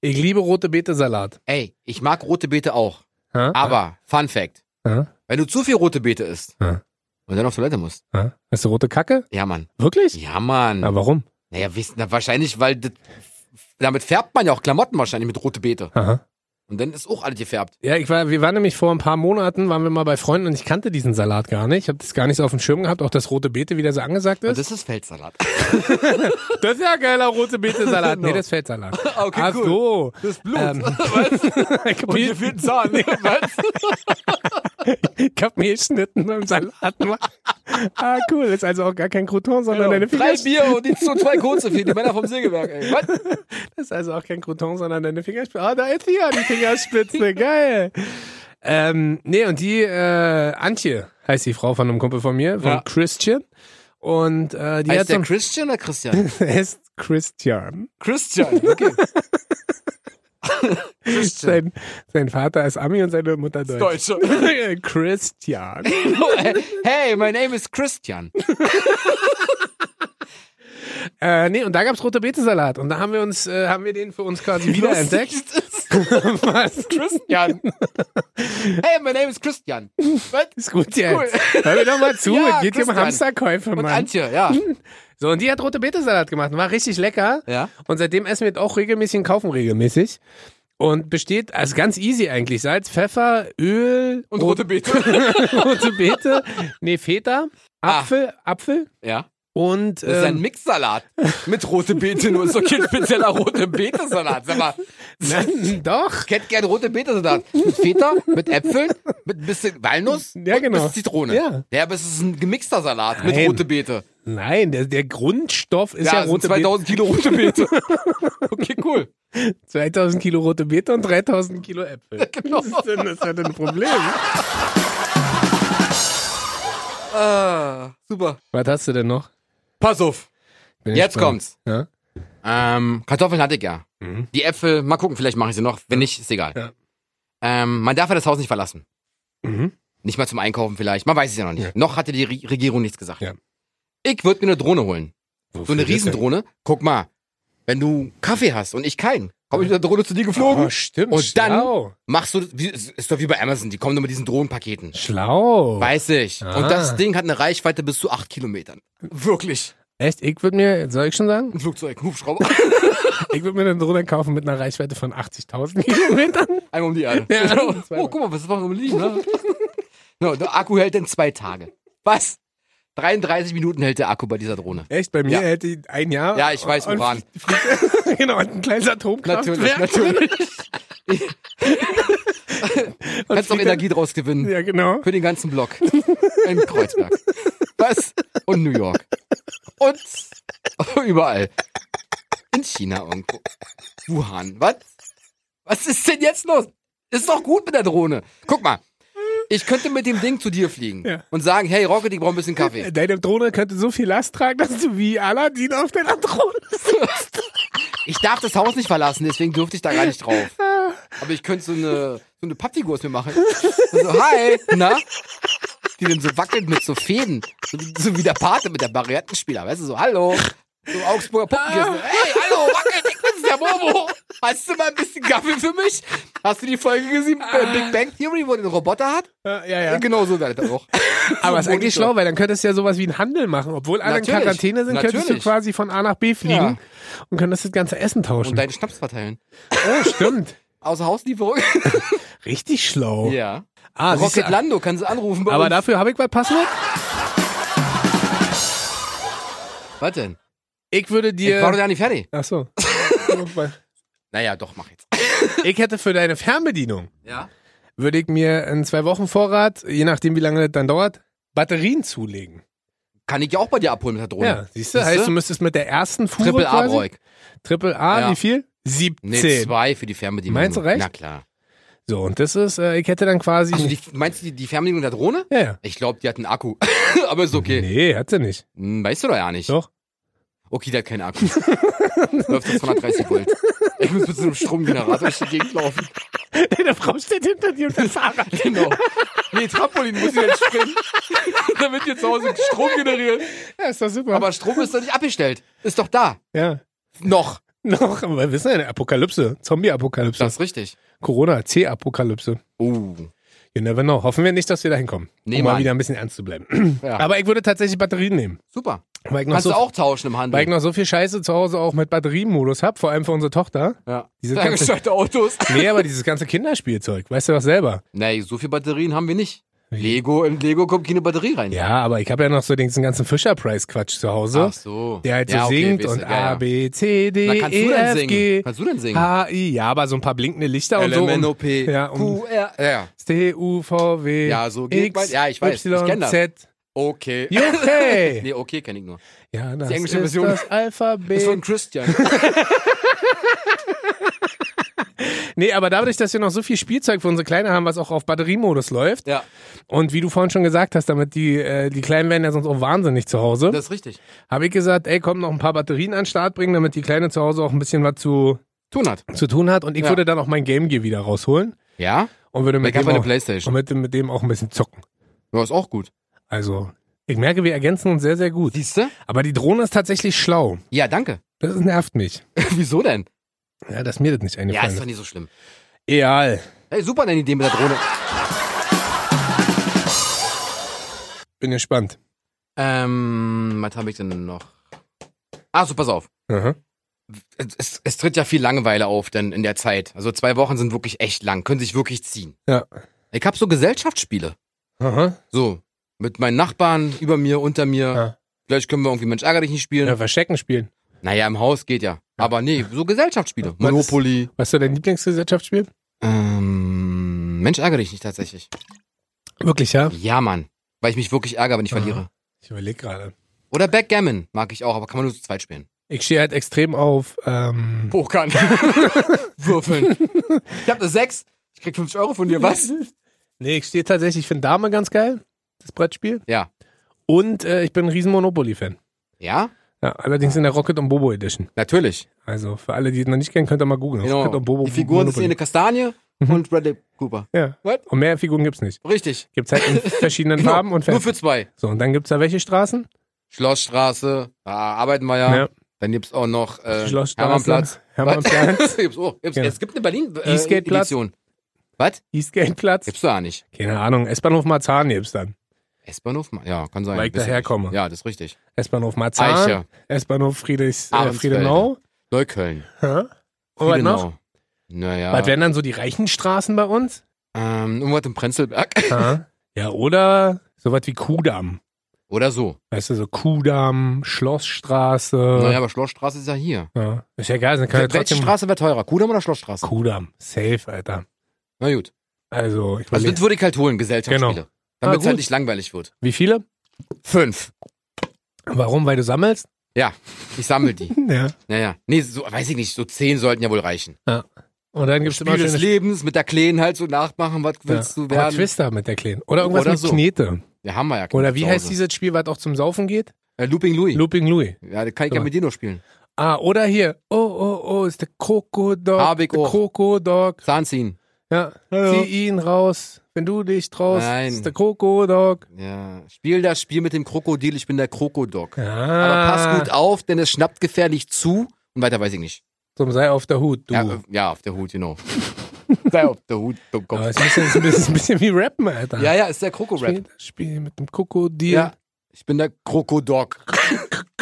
[SPEAKER 1] Ich liebe rote Bete-Salat.
[SPEAKER 2] Ey, ich mag rote Beete auch.
[SPEAKER 1] Ha?
[SPEAKER 2] Aber, Fun Fact.
[SPEAKER 1] Ha?
[SPEAKER 2] Wenn du zu viel rote Beete isst
[SPEAKER 1] Ja.
[SPEAKER 2] und dann auf Toilette musst.
[SPEAKER 1] Ha? Hast du rote Kacke?
[SPEAKER 2] Ja, Mann.
[SPEAKER 1] Wirklich?
[SPEAKER 2] Ja, Mann.
[SPEAKER 1] Na, warum?
[SPEAKER 2] Naja, wissen, na, wahrscheinlich, weil das, damit färbt man ja auch Klamotten wahrscheinlich mit rote Beete.
[SPEAKER 1] Aha.
[SPEAKER 2] Und dann ist auch alles gefärbt.
[SPEAKER 1] Ja, ich war, wir waren nämlich vor ein paar Monaten, waren wir mal bei Freunden und ich kannte diesen Salat gar nicht. Ich habe das gar nicht so auf dem Schirm gehabt, auch das rote Beete wieder so angesagt
[SPEAKER 2] Und
[SPEAKER 1] ist.
[SPEAKER 2] das ist Feldsalat.
[SPEAKER 1] Das ist ja geiler rote Beete-Salat. Nee,
[SPEAKER 2] Genau.
[SPEAKER 1] das ist Feldsalat.
[SPEAKER 2] <laughs> Okay,
[SPEAKER 1] Ach so. <laughs>
[SPEAKER 2] Das ist Blut. <laughs>
[SPEAKER 1] Ähm.
[SPEAKER 2] Und hier fehlt ein Zahn. <laughs> Weißt?
[SPEAKER 1] <laughs> Ich hab mir geschnitten beim Salat machen. Ah, cool. Ist also auch gar kein Crouton, sondern deine Finger.
[SPEAKER 2] Genau. Drei Bier und die so zwei kurze fehlen, die Männer vom Sägewerk. Ey. Was?
[SPEAKER 1] Ist also auch kein Crouton, sondern deine Fingerspitze. Ah, da ist wieder die
[SPEAKER 2] <laughs>
[SPEAKER 1] Fingerspitze. Geil. Ähm, nee, und die äh, Antje heißt die Frau von einem Kumpel von mir, von
[SPEAKER 2] Ja.
[SPEAKER 1] Christian. Und äh, die hat
[SPEAKER 2] Heißt
[SPEAKER 1] so
[SPEAKER 2] der
[SPEAKER 1] ein
[SPEAKER 2] Christian oder Christian?
[SPEAKER 1] <laughs> heißt Christian.
[SPEAKER 2] Christian,
[SPEAKER 1] <laughs>
[SPEAKER 2] okay. Christian.
[SPEAKER 1] Sein, sein Vater ist Ami und seine Mutter Deutsch.
[SPEAKER 2] Deutsche.
[SPEAKER 1] <laughs> Christian.
[SPEAKER 2] <laughs> Hey, my name is Christian.
[SPEAKER 1] Äh, nee, und da gab's rote Betesalat. Und da haben wir uns, äh, haben wir den für uns
[SPEAKER 2] <laughs>
[SPEAKER 1] quasi wiederentdeckt. Was?
[SPEAKER 2] Christian. Hey, my name is Christian. Was?
[SPEAKER 1] Ist gut jetzt. Hör mir doch mal zu.
[SPEAKER 2] <laughs> Ja,
[SPEAKER 1] es geht hier um
[SPEAKER 2] Christian.
[SPEAKER 1] Hamsterkäufe,
[SPEAKER 2] Und
[SPEAKER 1] Mann.
[SPEAKER 2] Antje, ja.
[SPEAKER 1] So, und die hat rote Betesalat gemacht. War richtig lecker.
[SPEAKER 2] Ja.
[SPEAKER 1] Und seitdem essen wir es auch regelmäßig und kaufen regelmäßig. Und besteht, also ganz easy eigentlich. Salz, Pfeffer, Öl
[SPEAKER 2] Und rote Beete.
[SPEAKER 1] <laughs> rote Beete. Nee, Feta,
[SPEAKER 2] Ah.
[SPEAKER 1] Apfel, Apfel
[SPEAKER 2] Ja.
[SPEAKER 1] und
[SPEAKER 2] Das ist ein
[SPEAKER 1] ähm,
[SPEAKER 2] Mixsalat <laughs> mit rote Beete, nur ist doch kein spezieller rote Beete-Salat. Sag mal,
[SPEAKER 1] <laughs> doch.
[SPEAKER 2] kennt gern rote Beete-Salat. Mit Feta, mit Äpfeln, mit ein bisschen Walnuss,
[SPEAKER 1] Ja,
[SPEAKER 2] ein
[SPEAKER 1] genau.
[SPEAKER 2] bisschen Zitrone.
[SPEAKER 1] Ja.
[SPEAKER 2] ja, aber es ist ein gemixter Salat mit
[SPEAKER 1] Nein.
[SPEAKER 2] rote Beete.
[SPEAKER 1] Nein, der, der Grundstoff ist ja,
[SPEAKER 2] Ja, es sind
[SPEAKER 1] rote Beete.
[SPEAKER 2] 2000 Kilo rote <laughs> Beete. Okay, cool.
[SPEAKER 1] 2000 Kilo rote Beete und 3000 Kilo Äpfel.
[SPEAKER 2] <laughs> Genau.
[SPEAKER 1] Was ist denn das für ein Problem?
[SPEAKER 2] Ah, super.
[SPEAKER 1] Was hast du denn noch?
[SPEAKER 2] Pass auf.
[SPEAKER 1] Bin
[SPEAKER 2] Jetzt
[SPEAKER 1] gespannt.
[SPEAKER 2] kommt's.
[SPEAKER 1] Ja?
[SPEAKER 2] Ähm, Kartoffeln hatte ich ja.
[SPEAKER 1] Mhm.
[SPEAKER 2] Die Äpfel, mal gucken, vielleicht mache ich sie noch. Wenn nicht, ist egal.
[SPEAKER 1] Ja.
[SPEAKER 2] Ähm, man darf ja das Haus nicht verlassen.
[SPEAKER 1] Mhm.
[SPEAKER 2] Nicht mal zum Einkaufen vielleicht. Man weiß es ja noch nicht.
[SPEAKER 1] Ja.
[SPEAKER 2] Noch hatte die Re Regierung nichts gesagt.
[SPEAKER 1] Ja.
[SPEAKER 2] Ich würde mir eine Drohne holen. So
[SPEAKER 1] Wofür
[SPEAKER 2] eine
[SPEAKER 1] das denn?
[SPEAKER 2] Riesendrohne. Guck mal, wenn du Kaffee hast und ich keinen, komme ich mit der Drohne zu dir geflogen.
[SPEAKER 1] Oh, stimmt.
[SPEAKER 2] Und dann-
[SPEAKER 1] schlau.
[SPEAKER 2] Machst du, wie, ist doch wie bei Amazon, die kommen nur mit diesen Drohnenpaketen.
[SPEAKER 1] Schlau.
[SPEAKER 2] Weiß ich.
[SPEAKER 1] Ah.
[SPEAKER 2] Und das Ding hat eine Reichweite bis zu acht Kilometern. Wirklich.
[SPEAKER 1] Echt, ich würde mir, soll ich schon sagen?
[SPEAKER 2] Ein Flugzeug, ein Hubschrauber,
[SPEAKER 1] Ich würde mir eine Drohne kaufen mit einer Reichweite von 80.000 Kilometern.
[SPEAKER 2] einmal um die Erde.
[SPEAKER 1] Ja,
[SPEAKER 2] Genau.
[SPEAKER 1] <laughs> zweimal.
[SPEAKER 2] oh, guck mal, was ist noch im Liegen, ne? <laughs> no, der Akku hält in zwei Tage. Was? 33 Minuten hält der Akku bei dieser Drohne.
[SPEAKER 1] Echt, bei mir
[SPEAKER 2] Ja.
[SPEAKER 1] hätte ich ein Jahr.
[SPEAKER 2] Ja, ich weiß,
[SPEAKER 1] und
[SPEAKER 2] Uran.
[SPEAKER 1] fliegt- <laughs> genau, und ein kleines Atomkraftwerk.
[SPEAKER 2] Natürlich, natürlich.
[SPEAKER 1] Und
[SPEAKER 2] Kannst doch
[SPEAKER 1] fliegt dann-
[SPEAKER 2] Energie draus
[SPEAKER 1] <laughs>
[SPEAKER 2] gewinnen.
[SPEAKER 1] Ja, genau.
[SPEAKER 2] Für den ganzen Block. In Kreuzberg. Was? Und New York. Und <laughs> überall. In China irgendwo. Wuhan. Was? Was ist denn jetzt los? Ist doch gut mit der Drohne. Guck mal. Ich könnte mit dem Ding zu dir fliegen
[SPEAKER 1] Ja.
[SPEAKER 2] und sagen, hey Rocket, ich brauche ein bisschen Kaffee.
[SPEAKER 1] Deine Drohne könnte so viel Last tragen, dass du wie Aladdin auf deiner Drohne <laughs> sitzt.
[SPEAKER 2] Ich darf das Haus nicht verlassen, deswegen dürfte ich da gar nicht drauf. Aber ich könnte so eine, so eine Pappfigur aus mir machen. So, hi, na? Die dann so wackelt mit so Fäden. So, so wie der Pate mit der Variantenspieler, weißt du, so, hallo. So Augsburger Puppenkissen. Hey, hallo, wackelt, ich bin's, der Bobo. Hast du mal ein bisschen Kaffee für mich? Hast du die Folge gesehen, bei Big Bang Theory, wo der Roboter hat?
[SPEAKER 1] ja, Ah. ja.
[SPEAKER 2] Genau so wäre das auch.
[SPEAKER 1] Aber es ist eigentlich
[SPEAKER 2] Monitor.
[SPEAKER 1] schlau, weil dann könntest du ja sowas wie einen Handel machen. Obwohl alle in
[SPEAKER 2] Natürlich,
[SPEAKER 1] Quarantäne sind, könntest du
[SPEAKER 2] natürlich.
[SPEAKER 1] quasi von A nach B fliegen und könntest das ganze Essen tauschen.
[SPEAKER 2] Und deinen Schnaps verteilen.
[SPEAKER 1] oh, stimmt.
[SPEAKER 2] Außer Hauslieferung.
[SPEAKER 1] Richtig schlau.
[SPEAKER 2] Ja.
[SPEAKER 1] Ah, siehst
[SPEAKER 2] Rocket
[SPEAKER 1] du,
[SPEAKER 2] Lando, kannst du anrufen bei
[SPEAKER 1] aber
[SPEAKER 2] uns.
[SPEAKER 1] dafür habe ich was Passwort.
[SPEAKER 2] Was denn?
[SPEAKER 1] Ich würde
[SPEAKER 2] Ich war doch
[SPEAKER 1] dir.
[SPEAKER 2] ja nicht fertig.
[SPEAKER 1] Ach
[SPEAKER 2] <laughs>
[SPEAKER 1] so.
[SPEAKER 2] Naja, doch, mach jetzt.
[SPEAKER 1] ich hätte für deine Fernbedienung,
[SPEAKER 2] Ja.
[SPEAKER 1] würde ich mir in zwei Wochen Vorrat, je nachdem wie lange das dann dauert, Batterien zulegen.
[SPEAKER 2] Kann ich Oh ja auch bei dir abholen mit der Drohne.
[SPEAKER 1] Ja, siehst du?
[SPEAKER 2] Siehste?
[SPEAKER 1] Heißt, du müsstest mit der ersten Fuhre
[SPEAKER 2] Triple a
[SPEAKER 1] quasi,
[SPEAKER 2] Breuk.
[SPEAKER 1] Triple A,
[SPEAKER 2] Ja.
[SPEAKER 1] wie viel? 17.
[SPEAKER 2] Nee, zwei für die Fernbedienung.
[SPEAKER 1] Meinst du
[SPEAKER 2] nur.
[SPEAKER 1] recht?
[SPEAKER 2] Na klar.
[SPEAKER 1] So, und das ist, äh, ich hätte dann quasi.
[SPEAKER 2] Also die, meinst du die, die Fernbedienung der Drohne?
[SPEAKER 1] ja, ja.
[SPEAKER 2] Ich glaube, die hat einen Akku. <laughs> Aber ist okay.
[SPEAKER 1] Nee, hat sie nicht.
[SPEAKER 2] Hm, weißt du doch ja nicht.
[SPEAKER 1] Doch.
[SPEAKER 2] Okay, der hat keinen Akku. Läuft auf
[SPEAKER 1] <laughs>
[SPEAKER 2] 230 Volt. Ich muss mit so einem Stromgenerator durch die Gegend laufen.
[SPEAKER 1] Deine Frau steht hinter dir <laughs> und dein Fahrrad.
[SPEAKER 2] Genau. Nee, Trampolin muss ich jetzt springen. <laughs> Damit wir zu Hause Strom generieren.
[SPEAKER 1] Ja, ist doch super.
[SPEAKER 2] Aber Strom ist doch nicht abgestellt. Ist doch da.
[SPEAKER 1] ja.
[SPEAKER 2] Noch.
[SPEAKER 1] Noch, aber wir wissen ja, eine Apokalypse. Zombie-Apokalypse.
[SPEAKER 2] Das ist richtig.
[SPEAKER 1] Corona, C-Apokalypse.
[SPEAKER 2] Oh.
[SPEAKER 1] You never know. Hoffen wir nicht, dass wir da hinkommen.
[SPEAKER 2] Nee,
[SPEAKER 1] um mal
[SPEAKER 2] Mann.
[SPEAKER 1] wieder ein bisschen ernst zu bleiben.
[SPEAKER 2] Ja.
[SPEAKER 1] <clears throat> Aber ich würde tatsächlich Batterien nehmen.
[SPEAKER 2] Super.
[SPEAKER 1] Weil ich, noch
[SPEAKER 2] Kannst
[SPEAKER 1] so,
[SPEAKER 2] du auch tauschen im
[SPEAKER 1] weil ich
[SPEAKER 2] Handel.
[SPEAKER 1] noch so viel Scheiße zu Hause auch mit Batterienmodus habe, vor allem für unsere Tochter.
[SPEAKER 2] Ja.
[SPEAKER 1] Diese <laughs>
[SPEAKER 2] Ferngesteuerte Autos.
[SPEAKER 1] Nee, aber dieses ganze Kinderspielzeug, weißt du doch selber.
[SPEAKER 2] Nee, so viele Batterien haben wir nicht.
[SPEAKER 1] Wie?
[SPEAKER 2] Lego, in Lego kommt keine Batterie rein.
[SPEAKER 1] Ja, aber ich habe ja noch so diesen ganzen Fisher-Price-Quatsch zu Hause.
[SPEAKER 2] Ach so.
[SPEAKER 1] Der halt so
[SPEAKER 2] Ja, okay,
[SPEAKER 1] singt
[SPEAKER 2] weißt du,
[SPEAKER 1] und
[SPEAKER 2] ja, ja.
[SPEAKER 1] A, B, C, D,
[SPEAKER 2] Na, kannst
[SPEAKER 1] E,
[SPEAKER 2] du denn
[SPEAKER 1] F, G,
[SPEAKER 2] singen? Kannst du denn singen?
[SPEAKER 1] H, I. Ja, aber so ein paar blinkende Lichter und so. Um
[SPEAKER 2] LMNOP,
[SPEAKER 1] ja, um-
[SPEAKER 2] Q, R. Ja.
[SPEAKER 1] C, U, V, W.
[SPEAKER 2] Ja, so geht
[SPEAKER 1] X,
[SPEAKER 2] mein- ja, ich weiß, ich
[SPEAKER 1] Y,
[SPEAKER 2] kenn das.
[SPEAKER 1] Z.
[SPEAKER 2] Okay.
[SPEAKER 1] Juppie!
[SPEAKER 2] <laughs> Nee, okay, kenne
[SPEAKER 1] E
[SPEAKER 2] ich nur.
[SPEAKER 1] Ja, das
[SPEAKER 2] Die englische
[SPEAKER 1] ist
[SPEAKER 2] Version.
[SPEAKER 1] das Alphabet.
[SPEAKER 2] Ist von Christian.
[SPEAKER 1] nee, aber dadurch, dass wir noch so viel Spielzeug für unsere Kleine haben, was auch auf Batteriemodus läuft
[SPEAKER 2] ja,
[SPEAKER 1] und wie du vorhin schon gesagt hast, damit die, äh, die Kleinen werden ja sonst auch wahnsinnig zu Hause,
[SPEAKER 2] das ist richtig.
[SPEAKER 1] habe ich gesagt, ey, komm, noch ein paar Batterien an den Start bringen, damit die Kleine zu Hause auch ein bisschen was zu,
[SPEAKER 2] Tunat.
[SPEAKER 1] zu tun hat und ich
[SPEAKER 2] Ja.
[SPEAKER 1] würde dann auch mein Game Gear wieder rausholen
[SPEAKER 2] Ja?
[SPEAKER 1] und würde mit,
[SPEAKER 2] Ich habe
[SPEAKER 1] dem
[SPEAKER 2] eine
[SPEAKER 1] auch, und
[SPEAKER 2] Playstation.
[SPEAKER 1] mit, dem- mit dem auch ein bisschen zocken.
[SPEAKER 2] Ja, ist auch gut.
[SPEAKER 1] Also, ich merke, wir ergänzen uns sehr, sehr gut.
[SPEAKER 2] Siehste?
[SPEAKER 1] Aber die Drohne ist tatsächlich schlau.
[SPEAKER 2] Ja, danke. <laughs>
[SPEAKER 1] Das nervt mich.
[SPEAKER 2] Wieso denn?
[SPEAKER 1] Ja, dass mir das nicht
[SPEAKER 2] Ja,
[SPEAKER 1] eingefallen
[SPEAKER 2] ist
[SPEAKER 1] ist.
[SPEAKER 2] doch nicht so schlimm.
[SPEAKER 1] Egal.
[SPEAKER 2] Hey, super deine Idee mit der Drohne.
[SPEAKER 1] Bin gespannt.
[SPEAKER 2] Ähm, was habe ich denn noch? Ach so, pass auf.
[SPEAKER 1] Aha.
[SPEAKER 2] Es- Es, es tritt ja viel Langeweile auf denn in der Zeit. Also zwei Wochen sind wirklich echt lang, können sich wirklich ziehen.
[SPEAKER 1] Ja.
[SPEAKER 2] Ich habe so Gesellschaftsspiele.
[SPEAKER 1] Aha.
[SPEAKER 2] So, mit meinen Nachbarn, über mir, unter mir.
[SPEAKER 1] Ja.
[SPEAKER 2] Vielleicht können wir irgendwie Mensch ärger dich nicht spielen.
[SPEAKER 1] Ja, Verstecken spielen.
[SPEAKER 2] Naja, im Haus geht ja. Aber nee, so Gesellschaftsspiele. Monopoly.
[SPEAKER 1] Was ist dein Lieblingsgesellschaftsspiel?
[SPEAKER 2] Ähm, Mensch ärger dich nicht tatsächlich.
[SPEAKER 1] Wirklich, ja?
[SPEAKER 2] Ja, Mann. Weil ich mich wirklich ärgere, wenn ich
[SPEAKER 1] Aha.
[SPEAKER 2] verliere.
[SPEAKER 1] Ich überlege gerade.
[SPEAKER 2] Oder Backgammon mag ich auch, aber kann man nur zu zweit spielen.
[SPEAKER 1] Ich stehe halt extrem auf, ähm,
[SPEAKER 2] Pokern. <laughs> Würfeln. Ich hab eine 6. Ich krieg 50 Euro von dir, was?
[SPEAKER 1] nee, ich stehe tatsächlich, ich finde Dame ganz geil, das Brettspiel.
[SPEAKER 2] Ja.
[SPEAKER 1] Und äh, ich bin ein riesen Monopoly-Fan.
[SPEAKER 2] Ja?
[SPEAKER 1] Ja, allerdings in der Rocket und Bobo Edition.
[SPEAKER 2] Natürlich.
[SPEAKER 1] Also für alle, die es noch nicht kennen, könnt ihr mal googeln.
[SPEAKER 2] Genau.
[SPEAKER 1] Rocket und Bobo
[SPEAKER 2] Die Figuren sind
[SPEAKER 1] Monopoly. Mhm.
[SPEAKER 2] eine Kastanie und Bradley Cooper.
[SPEAKER 1] Ja.
[SPEAKER 2] What?
[SPEAKER 1] Und mehr Figuren gibt's nicht.
[SPEAKER 2] Richtig.
[SPEAKER 1] Gibt's halt
[SPEAKER 2] <laughs>
[SPEAKER 1] in verschiedenen
[SPEAKER 2] Genau.
[SPEAKER 1] Farben und
[SPEAKER 2] Nur
[SPEAKER 1] Färben.
[SPEAKER 2] für zwei.
[SPEAKER 1] So, und dann gibt's da welche Straßen?
[SPEAKER 2] Schlossstraße, da arbeiten wir ja.
[SPEAKER 1] Ja.
[SPEAKER 2] Dann gibt's auch noch äh,
[SPEAKER 1] Schlossstraße,
[SPEAKER 2] Hermannplatz. <laughs>
[SPEAKER 1] Hermannplatz,
[SPEAKER 2] Was? gibt's auch. Gibt's,
[SPEAKER 1] Genau.
[SPEAKER 2] Es gibt eine Berlin äh,
[SPEAKER 1] Eastgate-Platz.
[SPEAKER 2] Edition. Was?
[SPEAKER 1] Eastgate-Platz.
[SPEAKER 2] Gibt's da nicht.
[SPEAKER 1] Keine Ahnung, S-Bahnhof Marzahn gibt's dann.
[SPEAKER 2] S-Bahnhof? Ja, kann sein.
[SPEAKER 1] Weil ich
[SPEAKER 2] Wisst ihr
[SPEAKER 1] daherkomme.
[SPEAKER 2] nicht. Ja, das ist richtig.
[SPEAKER 1] S-Bahnhof Marzahn,
[SPEAKER 2] Eiche.
[SPEAKER 1] S-Bahnhof Friedrichs, äh,
[SPEAKER 2] Ahrensfelde.
[SPEAKER 1] Friedenau.
[SPEAKER 2] Neukölln.
[SPEAKER 1] Hä? Und was noch?
[SPEAKER 2] Friedenau. Naja.
[SPEAKER 1] Was wären dann so die reichen Straßen bei
[SPEAKER 2] <laughs>
[SPEAKER 1] uns?
[SPEAKER 2] Ähm, irgendwas im Prenzlberg. <laughs>
[SPEAKER 1] ja, oder sowas wie Kudamm.
[SPEAKER 2] Oder so.
[SPEAKER 1] Weißt du, so Kudamm, Schlossstraße.
[SPEAKER 2] Naja, aber Schlossstraße ist ja hier.
[SPEAKER 1] ja. Ist ja geil, dann Äh. kann ja
[SPEAKER 2] Welche
[SPEAKER 1] trotzdem.
[SPEAKER 2] Straße wäre teurer? Kudamm oder Schlossstraße?
[SPEAKER 1] Kudamm, safe, Alter.
[SPEAKER 2] Na gut.
[SPEAKER 1] Also, ich
[SPEAKER 2] Also
[SPEAKER 1] überleg-
[SPEAKER 2] das würde ich halt holen, Gesellschaftsspiele.
[SPEAKER 1] Genau. Ah,
[SPEAKER 2] Damit es
[SPEAKER 1] gut.
[SPEAKER 2] halt nicht langweilig wird.
[SPEAKER 1] wie viele?
[SPEAKER 2] Fünf.
[SPEAKER 1] Warum? Weil du sammelst?
[SPEAKER 2] Ich sammle die. <laughs>
[SPEAKER 1] Ja.
[SPEAKER 2] naja. Nee, so, weiß ich nicht, so zehn sollten ja wohl reichen.
[SPEAKER 1] Und dann gibt's immer
[SPEAKER 2] Spiel des
[SPEAKER 1] schöne
[SPEAKER 2] Lebens, mit der Kleinen halt so nachmachen, was
[SPEAKER 1] ja.
[SPEAKER 2] willst du
[SPEAKER 1] Oder
[SPEAKER 2] werden?
[SPEAKER 1] Twister mit der Kleinen. Oder irgendwas
[SPEAKER 2] Oder
[SPEAKER 1] mit
[SPEAKER 2] so.
[SPEAKER 1] Knete.
[SPEAKER 2] Ja, haben wir ja.
[SPEAKER 1] Oder wie
[SPEAKER 2] zu
[SPEAKER 1] heißt
[SPEAKER 2] Hause.
[SPEAKER 1] dieses Spiel, was auch zum Saufen geht?
[SPEAKER 2] Äh, Looping Louis.
[SPEAKER 1] Looping Louis.
[SPEAKER 2] ja, das kann ich
[SPEAKER 1] Guck
[SPEAKER 2] ja
[SPEAKER 1] mal.
[SPEAKER 2] mit dir noch spielen.
[SPEAKER 1] Ah, oder hier. Oh, oh, oh, ist der Krokodog.
[SPEAKER 2] Hab ich auch.
[SPEAKER 1] Krokodog.
[SPEAKER 2] Zahnziehen.
[SPEAKER 1] Ja,
[SPEAKER 2] Ja.
[SPEAKER 1] zieh ihn raus, wenn du dich traust.
[SPEAKER 2] Nein.
[SPEAKER 1] Ist der Krokodog.
[SPEAKER 2] Ja. Spiel das Spiel mit dem Krokodil, ich bin der Krokodog.
[SPEAKER 1] Ja.
[SPEAKER 2] Aber pass gut auf, denn es schnappt gefährlich zu. Und weiter weiß ich nicht.
[SPEAKER 1] Drum sei auf der Hut, du.
[SPEAKER 2] Ja, äh, ja, auf der Hut, genau. <laughs> Sei auf der Hut, dumm
[SPEAKER 1] Aber
[SPEAKER 2] Kopf.
[SPEAKER 1] es ist ein bisschen, ist ein bisschen wie Rappen, Alter.
[SPEAKER 2] äh, oh. Ja, ja, ist der Krokorap.
[SPEAKER 1] Spiel, Spiel mit dem Krokodil.
[SPEAKER 2] Ja. Ich bin der <laughs> Krokodog.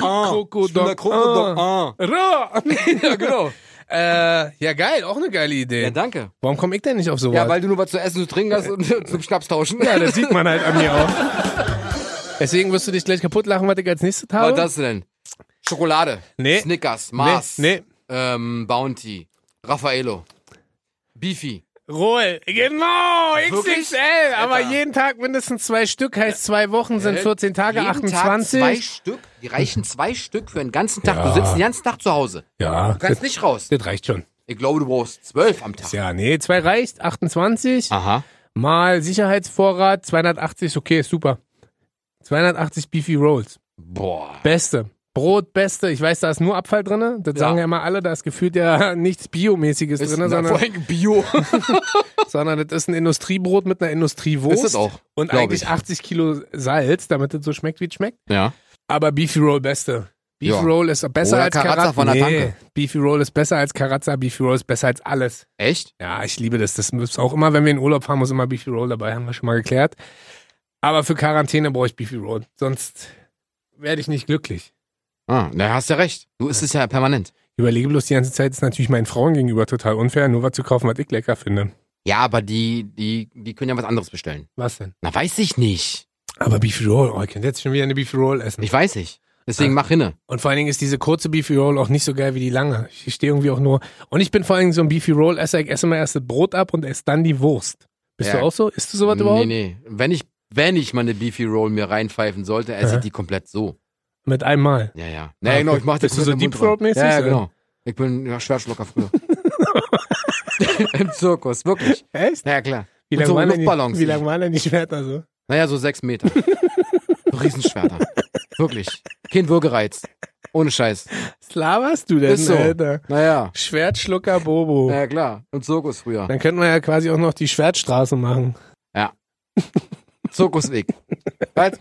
[SPEAKER 2] Ah,
[SPEAKER 1] Krokodog.
[SPEAKER 2] Ich bin der Krokodog. Ah.
[SPEAKER 1] Ra!
[SPEAKER 2] <laughs> Ja, genau.
[SPEAKER 1] Äh, ja, geil, auch eine geile
[SPEAKER 2] Ja,
[SPEAKER 1] Idee.
[SPEAKER 2] danke.
[SPEAKER 1] Wahast. Warum komme ich denn nicht auf sowas?
[SPEAKER 2] Ja, weil du nur was zu essen und zu trinken hast und <laughs> zum Schnaps tauschen. Ja,
[SPEAKER 1] das sieht man halt an mir auch.
[SPEAKER 2] <laughs>
[SPEAKER 1] Deswegen wirst du dich gleich kaputt lachen, was ich als nächstes habe.
[SPEAKER 2] Was das denn? Schokolade.
[SPEAKER 1] Nee.
[SPEAKER 2] Snickers.
[SPEAKER 1] nee,
[SPEAKER 2] Mars.
[SPEAKER 1] nee.
[SPEAKER 2] Ähm, Bounty. Raffaello. Beefy.
[SPEAKER 1] Roll, genau,
[SPEAKER 2] Wirklich?
[SPEAKER 1] XXL, aber
[SPEAKER 2] Alter. Äh,
[SPEAKER 1] jeden Tag mindestens zwei Stück, heißt zwei Wochen sind 14 Tage,
[SPEAKER 2] Jeden
[SPEAKER 1] 28.
[SPEAKER 2] Tag zwei Stück. Die <laughs> reichen zwei Stück für den ganzen Tag. Du sitzt den ganzen Tag zu Hause.
[SPEAKER 1] ja,
[SPEAKER 2] Du kannst nicht raus.
[SPEAKER 1] das reicht schon.
[SPEAKER 2] Ich glaube, du brauchst zwölf am Tag.
[SPEAKER 1] Ja, nee, zwei reicht, 28
[SPEAKER 2] Aha.
[SPEAKER 1] mal Sicherheitsvorrat, 280, okay, ist super. 280 Beefy Rolls,
[SPEAKER 2] Boah.
[SPEAKER 1] beste. Brot, beste. Ich weiß, da ist nur Abfall drinne. Das
[SPEAKER 2] Ja.
[SPEAKER 1] sagen ja immer alle, da ist gefühlt ja <laughs> nichts Biomäßiges
[SPEAKER 2] Ist
[SPEAKER 1] drinne,
[SPEAKER 2] na,
[SPEAKER 1] sondern
[SPEAKER 2] vor allem <laughs> Bio.
[SPEAKER 1] sondern das ist ein Industriebrot mit einer Industriewurst.
[SPEAKER 2] Ist es auch,
[SPEAKER 1] Und
[SPEAKER 2] glaub
[SPEAKER 1] eigentlich
[SPEAKER 2] ich.
[SPEAKER 1] 80 Kilo Salz, damit es so schmeckt, wie es schmeckt.
[SPEAKER 2] ja.
[SPEAKER 1] Aber Beefy Roll beste. Beefy
[SPEAKER 2] Ja.
[SPEAKER 1] Roll ist besser
[SPEAKER 2] Oder
[SPEAKER 1] als
[SPEAKER 2] Karazza
[SPEAKER 1] Karazza.
[SPEAKER 2] von der Tanke.
[SPEAKER 1] Beefy Roll ist besser als Karazza, Beefy Roll ist besser als alles.
[SPEAKER 2] Echt?
[SPEAKER 1] Ja, ich liebe das. Das muss auch immer, wenn wir in Urlaub fahren, muss immer Beefy Roll dabei, haben wir schon mal geklärt. Aber für Quarantäne brauche ich Beefy Roll, sonst werde ich nicht glücklich.
[SPEAKER 2] Ah, na, hast ja recht. Du isst es ja permanent.
[SPEAKER 1] Ich Überlege bloß die ganze Zeit, ist natürlich meinen Frauen gegenüber total unfair, nur was zu kaufen, was ich lecker finde.
[SPEAKER 2] Ja, aber die, die, die können ja was anderes bestellen.
[SPEAKER 1] Was denn?
[SPEAKER 2] Na, weiß ich nicht.
[SPEAKER 1] Aber Beefy Roll, oh, ich könnte jetzt schon wieder eine Beefy Roll essen.
[SPEAKER 2] Ich weiß nicht.
[SPEAKER 1] Äh,
[SPEAKER 2] Deswegen mach hinne.
[SPEAKER 1] Und vor allen Dingen ist diese kurze Beefy Roll auch nicht so geil wie die lange. Ich stehe irgendwie auch nur. Und ich bin vor allen Dingen so ein Beefy Roll Esser. Ich esse mal erst das Brot ab und esse dann die Wurst. Bist
[SPEAKER 2] Ja.
[SPEAKER 1] du auch so? Isst du sowas überhaupt?
[SPEAKER 2] Nee, nee. Wenn ich, wenn ich mal eine Beefy Roll mir reinpfeifen sollte, esse
[SPEAKER 1] Aha.
[SPEAKER 2] ich die komplett so.
[SPEAKER 1] Mit einem Mal.
[SPEAKER 2] Ja, ja.
[SPEAKER 1] Ah,
[SPEAKER 2] Naja, genau, ich mach das
[SPEAKER 1] bist du so
[SPEAKER 2] komplett im
[SPEAKER 1] Deep
[SPEAKER 2] Mund
[SPEAKER 1] Throat-mäßig,
[SPEAKER 2] dran. Ja, ja,
[SPEAKER 1] oder?
[SPEAKER 2] genau. Ich bin ja, Schwertschlucker früher.
[SPEAKER 1] <laughs>
[SPEAKER 2] Im Zirkus, wirklich.
[SPEAKER 1] Echt?
[SPEAKER 2] Na ja, klar.
[SPEAKER 1] Wie
[SPEAKER 2] Und
[SPEAKER 1] lange
[SPEAKER 2] so
[SPEAKER 1] waren, denn
[SPEAKER 2] Luftballons.
[SPEAKER 1] die- wie lang waren denn die Schwerter so?
[SPEAKER 2] Naja, so sechs Meter. So Riesenschwerter. Wirklich. Kein Würgereiz. Ohne Scheiß.
[SPEAKER 1] Was laberst du denn,
[SPEAKER 2] Ist so.
[SPEAKER 1] Alter?
[SPEAKER 2] Naja.
[SPEAKER 1] Schwertschlucker Bobo.
[SPEAKER 2] Na ja, klar. Im Zirkus früher.
[SPEAKER 1] Dann könnten wir ja quasi auch noch die Schwertstraße machen.
[SPEAKER 2] Zirkusweg. <laughs> Was?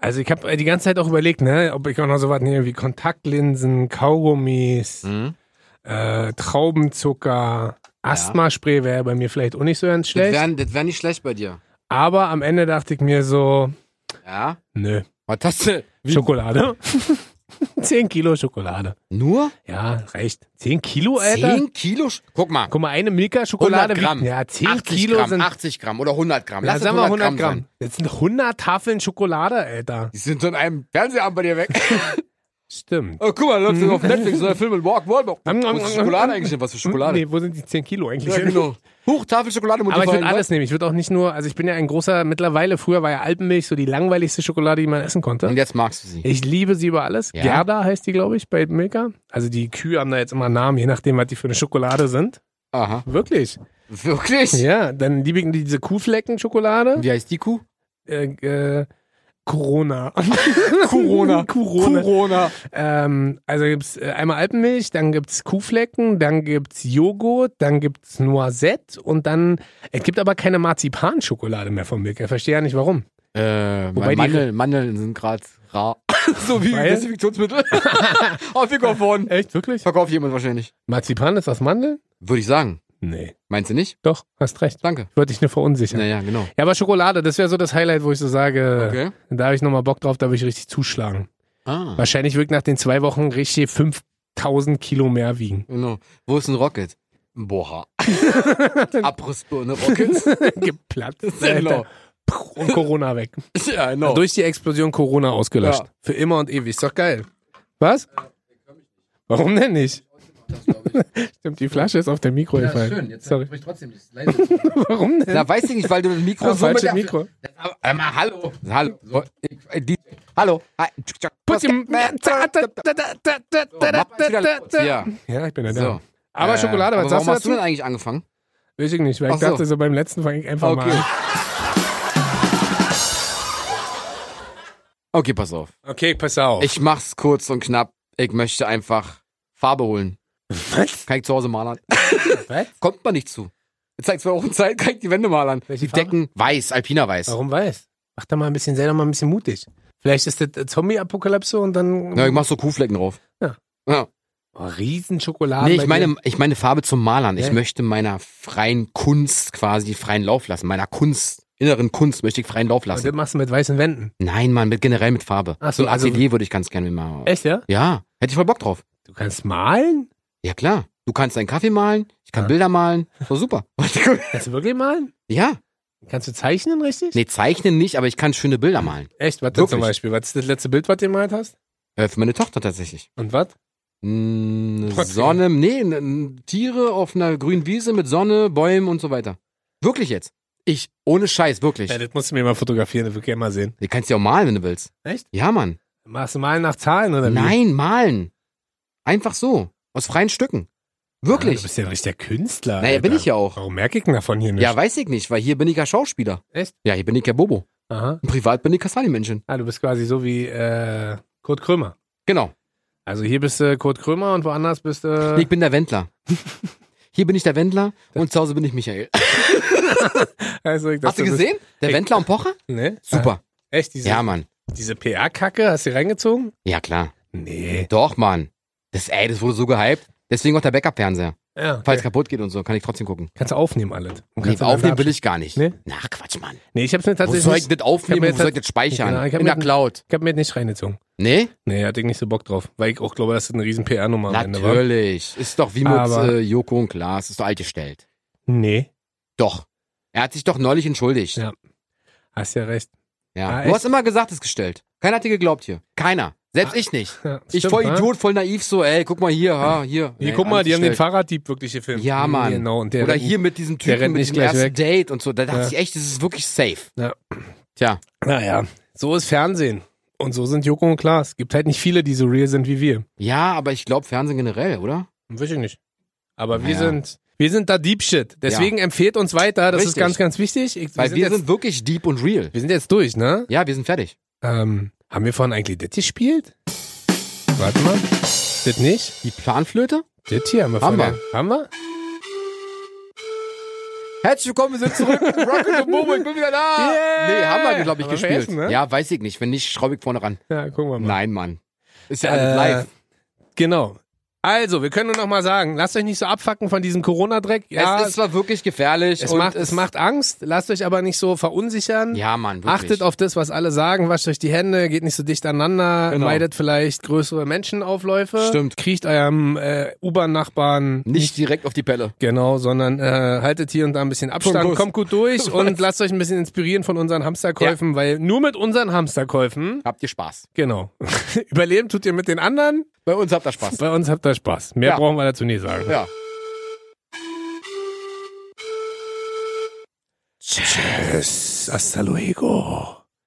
[SPEAKER 1] Also ich habe die ganze Zeit auch überlegt, ne, ob ich auch noch sowas nehme wie Kontaktlinsen, Kaugummis,
[SPEAKER 2] Hm?
[SPEAKER 1] äh, Traubenzucker, Asthmaspray wäre bei mir vielleicht auch nicht so ganz
[SPEAKER 2] Das
[SPEAKER 1] schlecht.
[SPEAKER 2] wäre das wär nicht schlecht bei dir.
[SPEAKER 1] Aber am Ende dachte ich mir so,
[SPEAKER 2] Ja?
[SPEAKER 1] nö,
[SPEAKER 2] Was hast du? Wie? <laughs>
[SPEAKER 1] Schokolade. 10 Kilo Schokolade.
[SPEAKER 2] Nur?
[SPEAKER 1] Ja, reicht. 10 Kilo, Oh, Alter?
[SPEAKER 2] Zehn Kilo? Sch- Guck mal.
[SPEAKER 1] Guck mal, eine Milka-Schokolade
[SPEAKER 2] 100 Gramm.
[SPEAKER 1] wiegt- Ja, 10
[SPEAKER 2] 80
[SPEAKER 1] Kilo
[SPEAKER 2] Gramm,
[SPEAKER 1] sind.
[SPEAKER 2] 80 Gramm oder 100 Gramm.
[SPEAKER 1] ja,
[SPEAKER 2] es
[SPEAKER 1] sagen wir 100 Gramm.
[SPEAKER 2] sein.
[SPEAKER 1] Das sind 100 Tafeln Schokolade, Alter.
[SPEAKER 2] Die sind so in einem Fernsehabend bei dir weg.
[SPEAKER 1] <laughs> Stimmt.
[SPEAKER 2] Oh, guck mal, läuft
[SPEAKER 1] Mhm.
[SPEAKER 2] auf Netflix, so ein Film mit Mark Wahlberg.
[SPEAKER 1] Was ist Schokolade eigentlich
[SPEAKER 2] Was für
[SPEAKER 1] Nee, wo sind die 10 Kilo eigentlich?
[SPEAKER 2] Ja, genau. Huch, Tafel Schokolade
[SPEAKER 1] Aber ich würde alles nehmen. Ich würde auch nicht nur, also ich bin ja ein großer, mittlerweile, früher war ja Alpenmilch so die langweiligste Schokolade, die man essen konnte.
[SPEAKER 2] ne? Und jetzt magst du sie.
[SPEAKER 1] Ich liebe sie über alles.
[SPEAKER 2] Ja?
[SPEAKER 1] Gerda heißt die, glaube ich, bei Milka. Also die Kühe haben da jetzt immer einen Namen, je nachdem, was die für eine Schokolade sind.
[SPEAKER 2] Aha.
[SPEAKER 1] Wirklich.
[SPEAKER 2] Wirklich?
[SPEAKER 1] Ja, dann liebe ich diese Kuhflecken-Schokolade.
[SPEAKER 2] Wie heißt die Kuh?
[SPEAKER 1] Äh, äh, Corona.
[SPEAKER 2] Corona.
[SPEAKER 1] <laughs> Corona. Ähm, also gibt's äh, einmal Alpenmilch, dann gibt's Kuhflecken, dann gibt's Joghurt, dann gibt's Noisette und dann. Es gibt aber keine Marzipanschokolade mehr von Milka. Ich verstehe ja nicht warum.
[SPEAKER 2] Äh,
[SPEAKER 1] Wobei
[SPEAKER 2] Wobei
[SPEAKER 1] die-
[SPEAKER 2] Mandeln, Mandeln sind gerade rar. <laughs> so wie
[SPEAKER 1] Weil? <laughs>
[SPEAKER 2] Desinfektionsmittel. Oh, Auf die Korfhorn.
[SPEAKER 1] Echt? Wirklich?
[SPEAKER 2] Verkauft jemand wahrscheinlich.
[SPEAKER 1] Marzipan ist aus Mandeln?
[SPEAKER 2] Würde ich sagen.
[SPEAKER 1] Nee.
[SPEAKER 2] Meinst du nicht?
[SPEAKER 1] Doch, hast recht.
[SPEAKER 2] Danke.
[SPEAKER 1] Wollte ich nur verunsichern.
[SPEAKER 2] Naja, genau.
[SPEAKER 1] Ja, aber Schokolade, das wäre so das Highlight, wo ich so sage,
[SPEAKER 2] Okay.
[SPEAKER 1] da habe ich nochmal Bock drauf, da würde ich richtig zuschlagen.
[SPEAKER 2] Ah.
[SPEAKER 1] Wahrscheinlich würde ich nach den zwei Wochen richtig 5000 Kilo mehr wiegen.
[SPEAKER 2] Genau. Wo ist ein Rocket? Boah. Abrissbirne Rocket.
[SPEAKER 1] <laughs> <laughs> Geplatzt. Alter. Puh, Und Corona weg.
[SPEAKER 2] Ja, genau.
[SPEAKER 1] Also Durch die Explosion Corona ausgelöscht.
[SPEAKER 2] Ja.
[SPEAKER 1] Für immer und ewig. Ist doch geil. Was? Warum denn nicht? Stimmt, die Flasche ist auf dem Mikro gefallen. Sorry.
[SPEAKER 2] ich trotzdem nicht. Leise.
[SPEAKER 1] <laughs> Warum denn?
[SPEAKER 2] Na, weiß ich nicht, weil du das Mikro
[SPEAKER 1] Ah,
[SPEAKER 2] so mit
[SPEAKER 1] falsches
[SPEAKER 2] der...
[SPEAKER 1] Mikro.
[SPEAKER 2] Aber, ähm, hallo. Hallo. So, ich, äh, die, hallo. Hi. Tschuck, tschuck.
[SPEAKER 1] Putz im- <laughs>
[SPEAKER 2] Ja.
[SPEAKER 1] Ja, ich bin ja da.
[SPEAKER 2] So.
[SPEAKER 1] Aber
[SPEAKER 2] Äh,
[SPEAKER 1] Schokolade, was
[SPEAKER 2] aber
[SPEAKER 1] sagst
[SPEAKER 2] warum
[SPEAKER 1] du
[SPEAKER 2] hast du
[SPEAKER 1] dazu?
[SPEAKER 2] denn eigentlich angefangen?
[SPEAKER 1] Weiß ich nicht, weil ich
[SPEAKER 2] Ach so.
[SPEAKER 1] dachte, so beim letzten fange ich einfach mal
[SPEAKER 2] Okay.
[SPEAKER 1] an.
[SPEAKER 2] Okay, pass auf.
[SPEAKER 1] Okay, pass auf.
[SPEAKER 2] Ich mach's kurz und knapp. Ich möchte einfach Farbe holen.
[SPEAKER 1] was?
[SPEAKER 2] Kann ich zu Hause malern?
[SPEAKER 1] was?
[SPEAKER 2] Kommt man nicht zu. Jetzt zeigt zwei Wochen Zeit, kann ich die Wände malern.
[SPEAKER 1] Welche
[SPEAKER 2] die
[SPEAKER 1] Farbe?
[SPEAKER 2] Decken weiß, Alpina weiß.
[SPEAKER 1] Warum weiß? Mach da mal ein bisschen, sei doch mal ein bisschen mutig. Vielleicht ist das äh, Zombie-Apokalypse und dann
[SPEAKER 2] Ja, ich mach so Kuhflecken drauf.
[SPEAKER 1] Ja.
[SPEAKER 2] ja.
[SPEAKER 1] oh, Riesenschokolade.
[SPEAKER 2] Nee,
[SPEAKER 1] bei dir.
[SPEAKER 2] ich meine, ich meine Farbe zum Malern. Ich
[SPEAKER 1] Ja.
[SPEAKER 2] möchte meiner freien Kunst quasi freien Lauf lassen, meiner Kunst. inneren Kunst möchte ich freien Lauf
[SPEAKER 1] Und
[SPEAKER 2] lassen.
[SPEAKER 1] das machst du mit weißen Wänden.
[SPEAKER 2] Nein, Mann, mit, generell mit Farbe.
[SPEAKER 1] Ach
[SPEAKER 2] so
[SPEAKER 1] so,
[SPEAKER 2] ein
[SPEAKER 1] also-
[SPEAKER 2] Atelier würde ich ganz gerne machen.
[SPEAKER 1] Echt, ja?
[SPEAKER 2] Ja, hätte ich voll Bock drauf.
[SPEAKER 1] Du kannst malen?
[SPEAKER 2] Ja, klar. Du kannst deinen Kaffee malen, ich kann
[SPEAKER 1] Ja.
[SPEAKER 2] Bilder malen. So
[SPEAKER 1] <laughs>
[SPEAKER 2] super.
[SPEAKER 1] Kannst du wirklich malen?
[SPEAKER 2] ja.
[SPEAKER 1] Kannst du zeichnen, richtig?
[SPEAKER 2] Nee, zeichnen nicht, aber ich kann schöne Bilder malen.
[SPEAKER 1] Echt, was denn zum
[SPEAKER 2] Wirklich?
[SPEAKER 1] Beispiel? Was ist das letzte Bild, was du gemalt hast?
[SPEAKER 2] Äh, für meine Tochter tatsächlich.
[SPEAKER 1] Und was?
[SPEAKER 2] Mm,
[SPEAKER 1] Porträt.
[SPEAKER 2] Sonne, nee, n- n- Tiere auf einer grünen Wiese mit Sonne, Bäumen und so weiter. Wirklich jetzt. Ich, ohne Scheiß, wirklich.
[SPEAKER 1] Ja, das musst du mir mal fotografieren, das will ich gerne mal sehen.
[SPEAKER 2] Du kannst ja auch malen, wenn du willst.
[SPEAKER 1] Echt?
[SPEAKER 2] Ja, Mann.
[SPEAKER 1] Machst du malen nach Zahlen oder wie? Ah,
[SPEAKER 2] Nein, malen. Einfach so. Aus freien Stücken.
[SPEAKER 1] Ah,
[SPEAKER 2] Wirklich.
[SPEAKER 1] Du bist ja ein richtiger Künstler.
[SPEAKER 2] naja, bin
[SPEAKER 1] Alter.
[SPEAKER 2] ich ja auch.
[SPEAKER 1] Warum merke ich denn davon hier nicht?
[SPEAKER 2] Ja, weiß ich nicht, weil hier bin ich ja Schauspieler.
[SPEAKER 1] Echt?
[SPEAKER 2] Ja, hier bin ich ja Bobo.
[SPEAKER 1] Aha.
[SPEAKER 2] Und privat bin ich Kastanienmenschen.
[SPEAKER 1] Ah, du bist quasi so wie äh, Kurt Krömer.
[SPEAKER 2] Genau.
[SPEAKER 1] Also hier bist du Kurt Krömer und woanders bist du.
[SPEAKER 2] Nee, ich bin
[SPEAKER 1] <laughs>
[SPEAKER 2] der Wendler. hier bin ich der Wendler und zu Hause bin ich Michael.
[SPEAKER 1] also, ich
[SPEAKER 2] Hast
[SPEAKER 1] dachte,
[SPEAKER 2] du
[SPEAKER 1] bist-
[SPEAKER 2] gesehen? Der
[SPEAKER 1] Ey.
[SPEAKER 2] Wendler und Pocher?
[SPEAKER 1] Nee? Ah,
[SPEAKER 2] Super.
[SPEAKER 1] echt? Diese,
[SPEAKER 2] Ja, Mann.
[SPEAKER 1] diese PA-Kacke hast du hier reingezogen?
[SPEAKER 2] Ja, klar.
[SPEAKER 1] Nee.
[SPEAKER 2] Doch, Mann. Das, ey, das wurde so gehypt. Deswegen auch der Backup-Fernseher.
[SPEAKER 1] Ja, okay.
[SPEAKER 2] Falls kaputt geht und so, kann ich trotzdem gucken.
[SPEAKER 1] Kannst du aufnehmen alles. Und
[SPEAKER 2] Nee,
[SPEAKER 1] kannst du dann
[SPEAKER 2] aufnehmen
[SPEAKER 1] da-
[SPEAKER 2] will ich gar nicht.
[SPEAKER 1] Nee?
[SPEAKER 2] Na, Quatsch, Mann.
[SPEAKER 1] Nee, ich hab's mir
[SPEAKER 2] Wo
[SPEAKER 1] tatsächlich.
[SPEAKER 2] soll ich
[SPEAKER 1] nicht,
[SPEAKER 2] das aufnehmen?
[SPEAKER 1] Ich hab mir
[SPEAKER 2] Wo soll ich
[SPEAKER 1] jetzt-
[SPEAKER 2] das speichern?
[SPEAKER 1] Genau, ich hab
[SPEAKER 2] In
[SPEAKER 1] mir
[SPEAKER 2] der
[SPEAKER 1] jetzt-
[SPEAKER 2] Cloud.
[SPEAKER 1] ich hab mir das nicht reingezogen.
[SPEAKER 2] Nee?
[SPEAKER 1] Nee, hatte ich nicht so Bock drauf. Weil ich auch glaube, dass das eine riesen PR-Nummer am Ende war.
[SPEAKER 2] Natürlich. Ist doch wie mit
[SPEAKER 1] Aber-
[SPEAKER 2] äh, Joko und Klaas. Ist doch altgestellt.
[SPEAKER 1] Nee.
[SPEAKER 2] Doch. Er hat sich doch neulich entschuldigt.
[SPEAKER 1] Ja. Hast ja recht.
[SPEAKER 2] Ja.
[SPEAKER 1] Ah,
[SPEAKER 2] du
[SPEAKER 1] echt?
[SPEAKER 2] hast immer gesagt, ist gestellt. Keiner hat dir geglaubt hier. Keiner. Selbst ich nicht.
[SPEAKER 1] Ja,
[SPEAKER 2] Ich
[SPEAKER 1] Ah. stimmt,
[SPEAKER 2] voll
[SPEAKER 1] wa?
[SPEAKER 2] Idiot, voll naiv, so, ey, guck mal hier, ha, hier.
[SPEAKER 1] Hier,
[SPEAKER 2] Nee,
[SPEAKER 1] guck mal,
[SPEAKER 2] alles
[SPEAKER 1] die haben den
[SPEAKER 2] gestellt.
[SPEAKER 1] Fahrraddieb wirklich gefilmt.
[SPEAKER 2] Ja, Mann.
[SPEAKER 1] Genau. Und der
[SPEAKER 2] Oder hier mit diesem
[SPEAKER 1] der
[SPEAKER 2] Typen,
[SPEAKER 1] rennt
[SPEAKER 2] mit
[SPEAKER 1] nicht
[SPEAKER 2] diesem
[SPEAKER 1] gleich
[SPEAKER 2] ersten
[SPEAKER 1] weg.
[SPEAKER 2] Date und so. Da dachte
[SPEAKER 1] Ja.
[SPEAKER 2] ich echt, das ist wirklich safe.
[SPEAKER 1] Ja.
[SPEAKER 2] Tja,
[SPEAKER 1] Naja, so ist Fernsehen. Und so sind Joko und Klaas. Gibt halt nicht viele, die so real sind wie wir.
[SPEAKER 2] ja, aber ich glaube Fernsehen generell, oder?
[SPEAKER 1] Weiß ich nicht. Aber wir
[SPEAKER 2] Naja.
[SPEAKER 1] sind, wir sind da Deep Shit. Deswegen empfehlt uns weiter. Das ist
[SPEAKER 2] Richtig.
[SPEAKER 1] ganz, ganz wichtig. Ich,
[SPEAKER 2] Weil wir sind,
[SPEAKER 1] jetzt,
[SPEAKER 2] wirklich deep und real.
[SPEAKER 1] wir sind jetzt durch, ne?
[SPEAKER 2] Ja, wir sind fertig.
[SPEAKER 1] Ähm, haben wir vorhin eigentlich das gespielt? Warte mal. Das nicht?
[SPEAKER 2] Die Planflöte?
[SPEAKER 1] Das hier haben wir
[SPEAKER 2] Haben
[SPEAKER 1] vorhin. Haben wir?
[SPEAKER 2] Herzlich willkommen, wir
[SPEAKER 1] <laughs>
[SPEAKER 2] sind zurück. Rocket und Bobo, ich bin wieder da.
[SPEAKER 1] Yeah.
[SPEAKER 2] Nee, haben wir, glaube
[SPEAKER 1] Haben wir
[SPEAKER 2] ich, gespielt.
[SPEAKER 1] vergessen, ne?
[SPEAKER 2] Ja, weiß ich nicht. Wenn nicht, schraube ich vorne ran.
[SPEAKER 1] Ja, Äh, gucken wir mal.
[SPEAKER 2] Nein, Mann. Ist ja alles live.
[SPEAKER 1] Genau. Also, wir können nur noch mal sagen, lasst euch nicht so abfacken von diesem Corona-Dreck. Ja,
[SPEAKER 2] es ist zwar wirklich gefährlich.
[SPEAKER 1] es,
[SPEAKER 2] und
[SPEAKER 1] macht, es macht Angst. Lasst euch aber nicht so verunsichern.
[SPEAKER 2] Ja, Mann, wirklich.
[SPEAKER 1] Achtet auf das, was alle sagen. Wascht euch die Hände, geht nicht so dicht aneinander,
[SPEAKER 2] Genau.
[SPEAKER 1] meidet vielleicht größere Menschenaufläufe.
[SPEAKER 2] Stimmt.
[SPEAKER 1] Kriecht eurem äh, U-Bahn-Nachbarn
[SPEAKER 2] Nicht direkt auf die Pelle.
[SPEAKER 1] Genau, sondern äh, haltet hier und da ein bisschen
[SPEAKER 2] Zum
[SPEAKER 1] Abstand,
[SPEAKER 2] Schluss.
[SPEAKER 1] kommt gut
[SPEAKER 2] <laughs>
[SPEAKER 1] durch und lasst euch ein bisschen inspirieren von unseren Hamsterkäufen, weil nur mit unseren Hamsterkäufen,
[SPEAKER 2] Habt ihr Spaß.
[SPEAKER 1] genau, <laughs> überleben tut ihr mit den anderen,
[SPEAKER 2] Bei uns habt ihr Spaß.
[SPEAKER 1] bei uns habt ihr Spaß. Mehr
[SPEAKER 2] Ja.
[SPEAKER 1] brauchen wir dazu nie sagen.
[SPEAKER 2] Ja.
[SPEAKER 1] Tschüss, hasta luego.